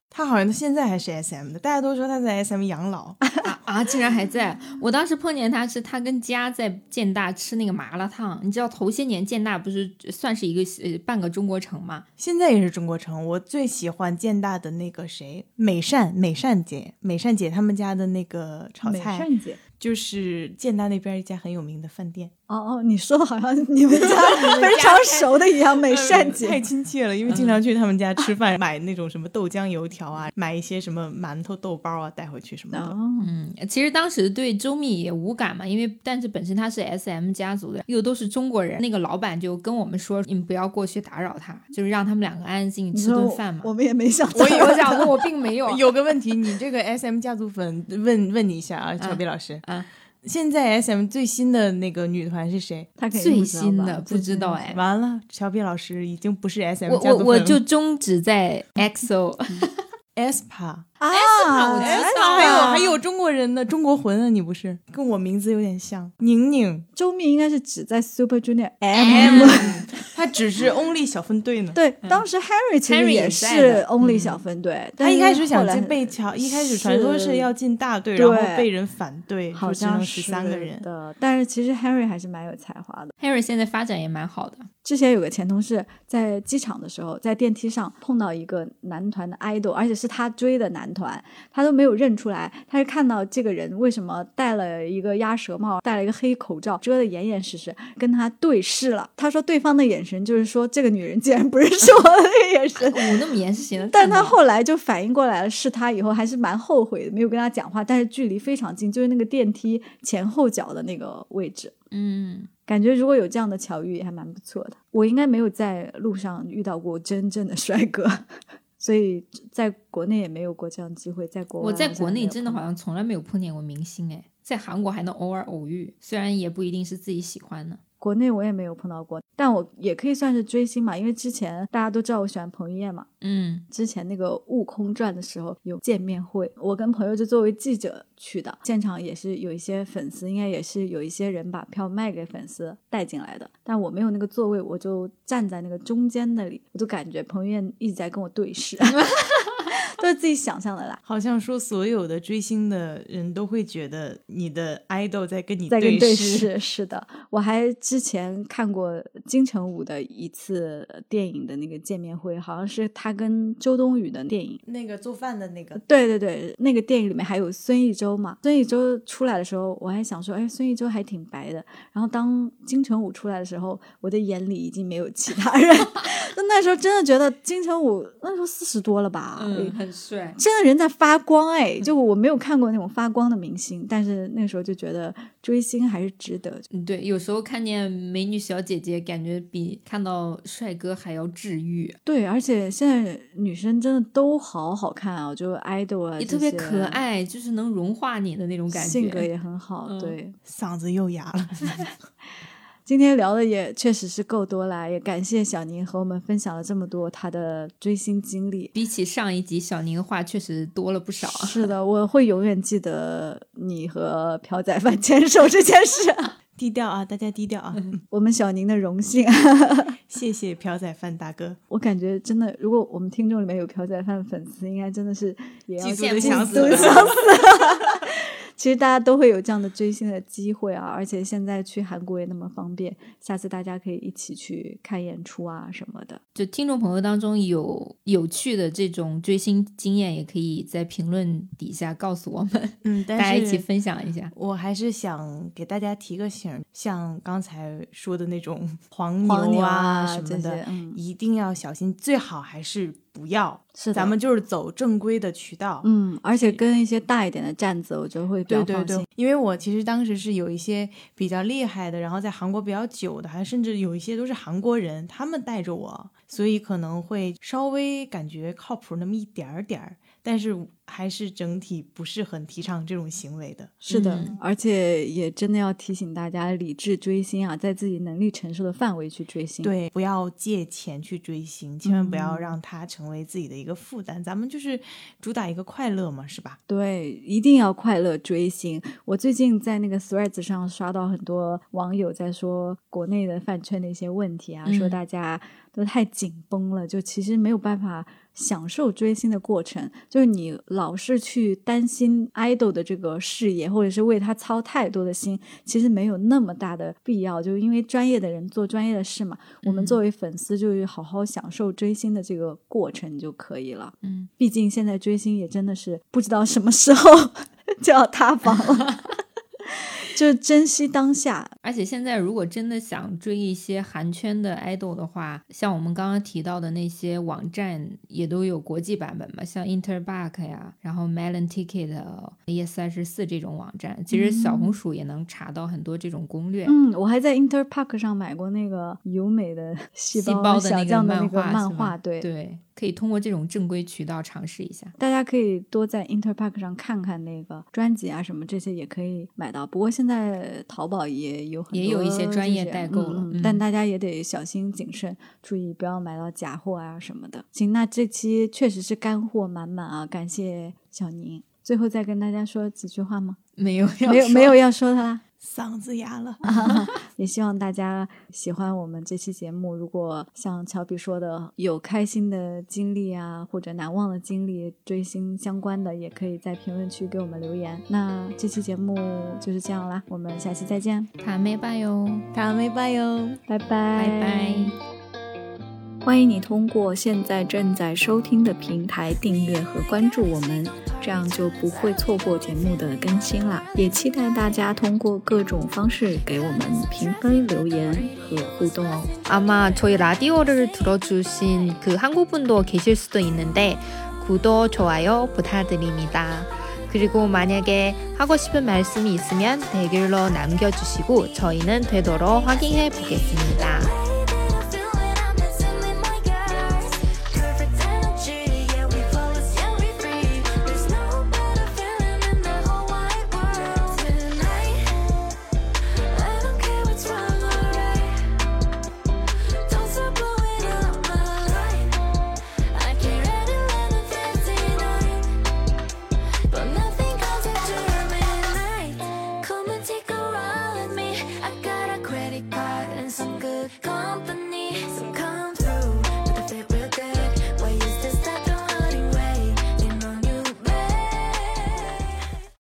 [SPEAKER 3] 他好像现在还是 SM 的，大家都说他在 SM 养老。
[SPEAKER 2] 啊啊！竟然还在！我当时碰见他是他跟家在建大吃那个麻辣烫，你知道头些年建大不是算是一个呃半个中国城嘛？
[SPEAKER 3] 现在也是中国城，我最喜欢建大的那个谁，美善美善姐，美善姐他们家的那个炒
[SPEAKER 1] 美
[SPEAKER 3] 菜，
[SPEAKER 1] 善姐。
[SPEAKER 3] 就是建大那边一家很有名的饭店，
[SPEAKER 1] 哦哦，你说的好像你们 *laughs* 家非常熟的一样，
[SPEAKER 3] 嗯
[SPEAKER 1] 美善姐。
[SPEAKER 3] 太亲切了，
[SPEAKER 2] 嗯
[SPEAKER 3] 因为经常去他们家
[SPEAKER 2] *laughs*
[SPEAKER 3] 吃饭，买那种什么豆浆油条啊，买一些什么馒头豆包啊带回去什么的。
[SPEAKER 1] 哦，
[SPEAKER 2] 嗯，其实当时对周密也无感嘛，因为但是本身他是 S M 家族的，又都是中国人，那个老板就跟我们说，你们不要过去打扰他，就是让他们两个安安静
[SPEAKER 1] 你
[SPEAKER 2] 静吃
[SPEAKER 1] 说
[SPEAKER 2] 顿
[SPEAKER 1] 我
[SPEAKER 2] 饭嘛。 *laughs*
[SPEAKER 1] 我们也没想到，
[SPEAKER 2] 我有想过，我并没有
[SPEAKER 1] *laughs*
[SPEAKER 3] 有个问题，你这个 S M 家族粉，问问你一下啊，乔比老师，
[SPEAKER 2] 啊，
[SPEAKER 3] 现在 S M 最新的那个女团是谁？
[SPEAKER 1] 他肯定
[SPEAKER 2] 最
[SPEAKER 1] 不知道
[SPEAKER 2] 新
[SPEAKER 1] 吧
[SPEAKER 2] 的不知道哎。
[SPEAKER 3] 完了，乔比老师已经不是 S M
[SPEAKER 2] 我
[SPEAKER 3] 家
[SPEAKER 2] 我
[SPEAKER 3] 族
[SPEAKER 2] 我
[SPEAKER 3] 粉了
[SPEAKER 2] 就终止在 XO，
[SPEAKER 3] aespa。
[SPEAKER 1] 啊，
[SPEAKER 2] 我知
[SPEAKER 1] 哎
[SPEAKER 2] 道
[SPEAKER 3] 还有
[SPEAKER 2] 啊
[SPEAKER 3] 还有中国人呢，中国魂啊，你不是跟我名字有点像，宁宁，
[SPEAKER 1] 周密应该是只在 Super Junior M。 *laughs*
[SPEAKER 3] *laughs*
[SPEAKER 2] 嗯
[SPEAKER 3] 她只是 Only 小分队呢。
[SPEAKER 1] 对，当时 Harry 其实
[SPEAKER 2] Harry 也
[SPEAKER 1] 也
[SPEAKER 2] 在
[SPEAKER 1] 是
[SPEAKER 2] 的嗯
[SPEAKER 1] Only 小分队，但
[SPEAKER 3] 她一开始
[SPEAKER 1] 是
[SPEAKER 3] 想
[SPEAKER 1] 后来
[SPEAKER 3] 进被乔，一开始传说是
[SPEAKER 1] 是
[SPEAKER 3] 要进大队，
[SPEAKER 1] 对
[SPEAKER 3] 然后被人反对，
[SPEAKER 1] 好
[SPEAKER 3] 说只
[SPEAKER 1] 像
[SPEAKER 3] 能
[SPEAKER 1] 是
[SPEAKER 3] 十三个人。
[SPEAKER 1] 的，但是其实 Harry 还是蛮有才华的。
[SPEAKER 2] ，Harry 现在发展也蛮好的，
[SPEAKER 1] 之前有个前同事在机场的时候，在电梯上碰到一个男团的 idol，而且是他追的男团，他都没有认出来，他是看到这个人为什么戴了一个鸭舌帽，戴了一个黑口罩，遮得严严实实，跟他对视了。他说对方的眼神就是说这个女人竟然不认识我的眼
[SPEAKER 2] *laughs*
[SPEAKER 1] 神，
[SPEAKER 2] 我那么严是行的，
[SPEAKER 1] 但他后来就反应过来了，是他以后还是蛮后悔的，没有跟他讲话，但是距离非常近，就是那个电梯前后脚的那个位置。
[SPEAKER 2] 嗯，
[SPEAKER 1] 感觉如果有这样的巧遇，还蛮不错的。我应该没有在路上遇到过真正的帅哥， *laughs* 所以在国内也没有过这样的机会。在国外
[SPEAKER 2] 我在
[SPEAKER 1] 好像
[SPEAKER 2] 国
[SPEAKER 1] 没
[SPEAKER 2] 内
[SPEAKER 1] 有
[SPEAKER 2] 真的
[SPEAKER 1] 碰
[SPEAKER 2] 好
[SPEAKER 1] 到
[SPEAKER 2] 像从来没有碰见过明星哎，在韩国还能偶尔偶遇，虽然也不一定是自己喜欢的。
[SPEAKER 1] 国内我也没有碰到过，但我也可以算是追星嘛，因为之前大家都知道我喜欢彭于晏嘛，
[SPEAKER 2] 嗯，
[SPEAKER 1] 之前那个《悟空传》的时候有见面会，我跟朋友就作为记者去的，现场也是有一些粉丝，应该也是有一些人把票卖给粉丝带进来的，但我没有那个座位，我就站在那个中间那里，我就感觉彭于晏一直在跟我对视， *laughs* 都是自己想象的啦。
[SPEAKER 3] 好像说所有的追星的人都会觉得你的 idol 在跟你
[SPEAKER 1] 在跟
[SPEAKER 3] 视，
[SPEAKER 1] 视，是的，我还之前看过金城武的一次呃电影的那个见面会，好像是他跟周冬雨的电影，
[SPEAKER 3] 那个做饭的那个，
[SPEAKER 1] 对对对，那个电影里面还有孙艺洲嘛。孙艺洲出来的时候，我还想说，哎，孙艺洲还挺白的。然后当金城武出来的时候，我的眼里已经没有其他人。就 *laughs* 那时候真的觉得金城武那时候四十多了吧，哎
[SPEAKER 2] 很帅。
[SPEAKER 1] 真的人在发光
[SPEAKER 2] 嗯
[SPEAKER 1] 哎。就我没有看过那种发光的明星，但是那个时候就觉得追星还是值得。
[SPEAKER 2] 嗯，对，有时候看见美女小姐姐，感觉比看到帅哥还要治愈，
[SPEAKER 1] 对，而且现在女生真的都好好看啊，就 idol 啊，
[SPEAKER 2] 也
[SPEAKER 1] 这
[SPEAKER 2] 特别
[SPEAKER 1] 些
[SPEAKER 2] 可。爱，就是能融化你的那种感觉。
[SPEAKER 1] 性格也很好，
[SPEAKER 2] 嗯
[SPEAKER 1] 对，
[SPEAKER 3] 嗓子又哑了。
[SPEAKER 1] 今天聊的也确实是够多啦，也感谢小宁和我们分享了这么多她的追星经历。
[SPEAKER 2] 比起上一集小宁话，确实多了不少。
[SPEAKER 1] 是
[SPEAKER 2] *laughs*
[SPEAKER 1] 的，我会永远记得你和朴宰范牵手这件事，
[SPEAKER 3] 低调啊，大家低调啊！
[SPEAKER 1] *laughs* 我们小宁的荣幸。啊
[SPEAKER 3] 谢谢朴宰范大哥，
[SPEAKER 1] 我感觉真的，如果我们听众里面有朴宰范粉丝，应该真的是也要
[SPEAKER 3] 嫉
[SPEAKER 2] 妒
[SPEAKER 3] 妒
[SPEAKER 2] 得
[SPEAKER 3] 的
[SPEAKER 2] 想
[SPEAKER 3] 想
[SPEAKER 2] 死
[SPEAKER 3] 死
[SPEAKER 1] 都
[SPEAKER 2] 了
[SPEAKER 1] 想死。 *laughs* 其实大家都会有这样的追星的机会啊，而且现在去韩国也那么方便，下次大家可以一起去看演出啊什么的。
[SPEAKER 2] 就听众朋友当中有有趣的这种追星经验，也可以在评论底下告诉我们，
[SPEAKER 3] 嗯，
[SPEAKER 2] 大
[SPEAKER 3] 大
[SPEAKER 2] 家一起分享一下。
[SPEAKER 3] 我还是想给大家提个醒儿，像刚才说的那种 *laughs* 黄
[SPEAKER 1] 黄牛
[SPEAKER 3] 啊
[SPEAKER 1] 啊
[SPEAKER 3] 什
[SPEAKER 1] 这
[SPEAKER 3] 么
[SPEAKER 1] 些
[SPEAKER 3] 的，，
[SPEAKER 1] 嗯，
[SPEAKER 3] 一定要小心，最好还是不要。
[SPEAKER 1] 是的
[SPEAKER 3] 咱们就是走正规的渠道。
[SPEAKER 1] 嗯，而且跟一些大一点的站子，我觉得会比
[SPEAKER 3] 对
[SPEAKER 1] 较
[SPEAKER 3] 对
[SPEAKER 1] 放
[SPEAKER 3] 对
[SPEAKER 1] 心。，
[SPEAKER 3] 因为我其实当时是有一些比较厉害的，然后在韩国比较久的，还甚至有一些都是韩国人，他们带着我，所以可能会稍微感觉靠谱那么一点儿点儿，但是还是整体不是很提倡这种行为的。
[SPEAKER 1] 是的，
[SPEAKER 2] 嗯
[SPEAKER 1] 而且也真的要提醒大家理智追星啊，在自己能力承受的范围去追星。，
[SPEAKER 3] 对，不要借钱去追星，千万不要
[SPEAKER 1] 嗯
[SPEAKER 3] 让它成为自己的一个负担。咱们就是主打一个快乐嘛，是吧？
[SPEAKER 1] 对，一定要快乐追星。我最近在那个 Threads 上刷到很多网友在说国内的饭圈的一些问题啊，
[SPEAKER 2] 嗯
[SPEAKER 1] 说大家都太紧绷了，就其实没有办法享受追星的过程。就是你老是去担心 idol 的这个事业，或者是为他操太多的心，其实没有那么大的必要。就是因为专业的人做专业的事嘛，我们作为粉丝就是好好享受追星的这个过程就可以了。
[SPEAKER 2] 嗯，
[SPEAKER 1] 毕竟现在追星也真的是不知道什么时候 *laughs* 就要塌房了。 *laughs* 就珍惜当下，
[SPEAKER 2] 而且现在如果真的想追一些韩圈的 idol 的话，像我们刚刚提到的那些网站也都有国际版本嘛，像 Interbuck 呀，然后 Melon Ticket、ES 三十四这种网站，其实小红书也能查到很多这种攻略。
[SPEAKER 1] 嗯，我还在 Interpark 上买过那个由美的细
[SPEAKER 2] 细胞的
[SPEAKER 1] 小
[SPEAKER 2] 那
[SPEAKER 1] 将的那
[SPEAKER 2] 漫
[SPEAKER 1] 个
[SPEAKER 2] 画，
[SPEAKER 1] 漫
[SPEAKER 2] 是
[SPEAKER 1] 画，
[SPEAKER 2] 吧
[SPEAKER 1] 对，
[SPEAKER 2] 对，可以通过这种正规渠道尝试一下。
[SPEAKER 1] 大家可以多在 Interpark 上看看那个专辑啊什么这些也可以买到。不过现在淘宝也有很多
[SPEAKER 2] 也有一些专业
[SPEAKER 1] 这
[SPEAKER 2] 代购了
[SPEAKER 1] 嗯
[SPEAKER 2] 嗯
[SPEAKER 1] 但大家也得小心谨慎，注意不要买到假货啊什么的。行，那这期确实是干货满满啊，感谢小宁。最后再跟大家说几句话吗？
[SPEAKER 2] 没有，
[SPEAKER 1] 没有，没有，要说的啦。
[SPEAKER 3] 嗓子哑了。 *laughs*
[SPEAKER 1] 也希望大家喜欢我们这期节目。如果像乔比说的，有开心的经历啊，或者难忘的经历，追星相关的，也可以在评论区给我们留言。那这期节目就是这样啦，我们下期再见，
[SPEAKER 2] 塔妹吧哟，
[SPEAKER 3] 다음에봐요。
[SPEAKER 1] 拜拜，
[SPEAKER 2] 拜
[SPEAKER 1] 拜
[SPEAKER 2] 拜。
[SPEAKER 4] 欢迎你通过现在正在收听的平台订阅和关注我们，这样就不会错过节目的更新啦。也期待大家通过各种方式给我们评分、留言和互动哦。
[SPEAKER 5] 아마 저희 라디오를 들어주신 그 한국 분도 계실 수도 있는데 구독, 좋아요 부탁드립니다. 그리고 만약에 하고 싶은 말씀이 있으면 댓글로 남겨주시고 저희는 되도록 확인해 보겠습니다.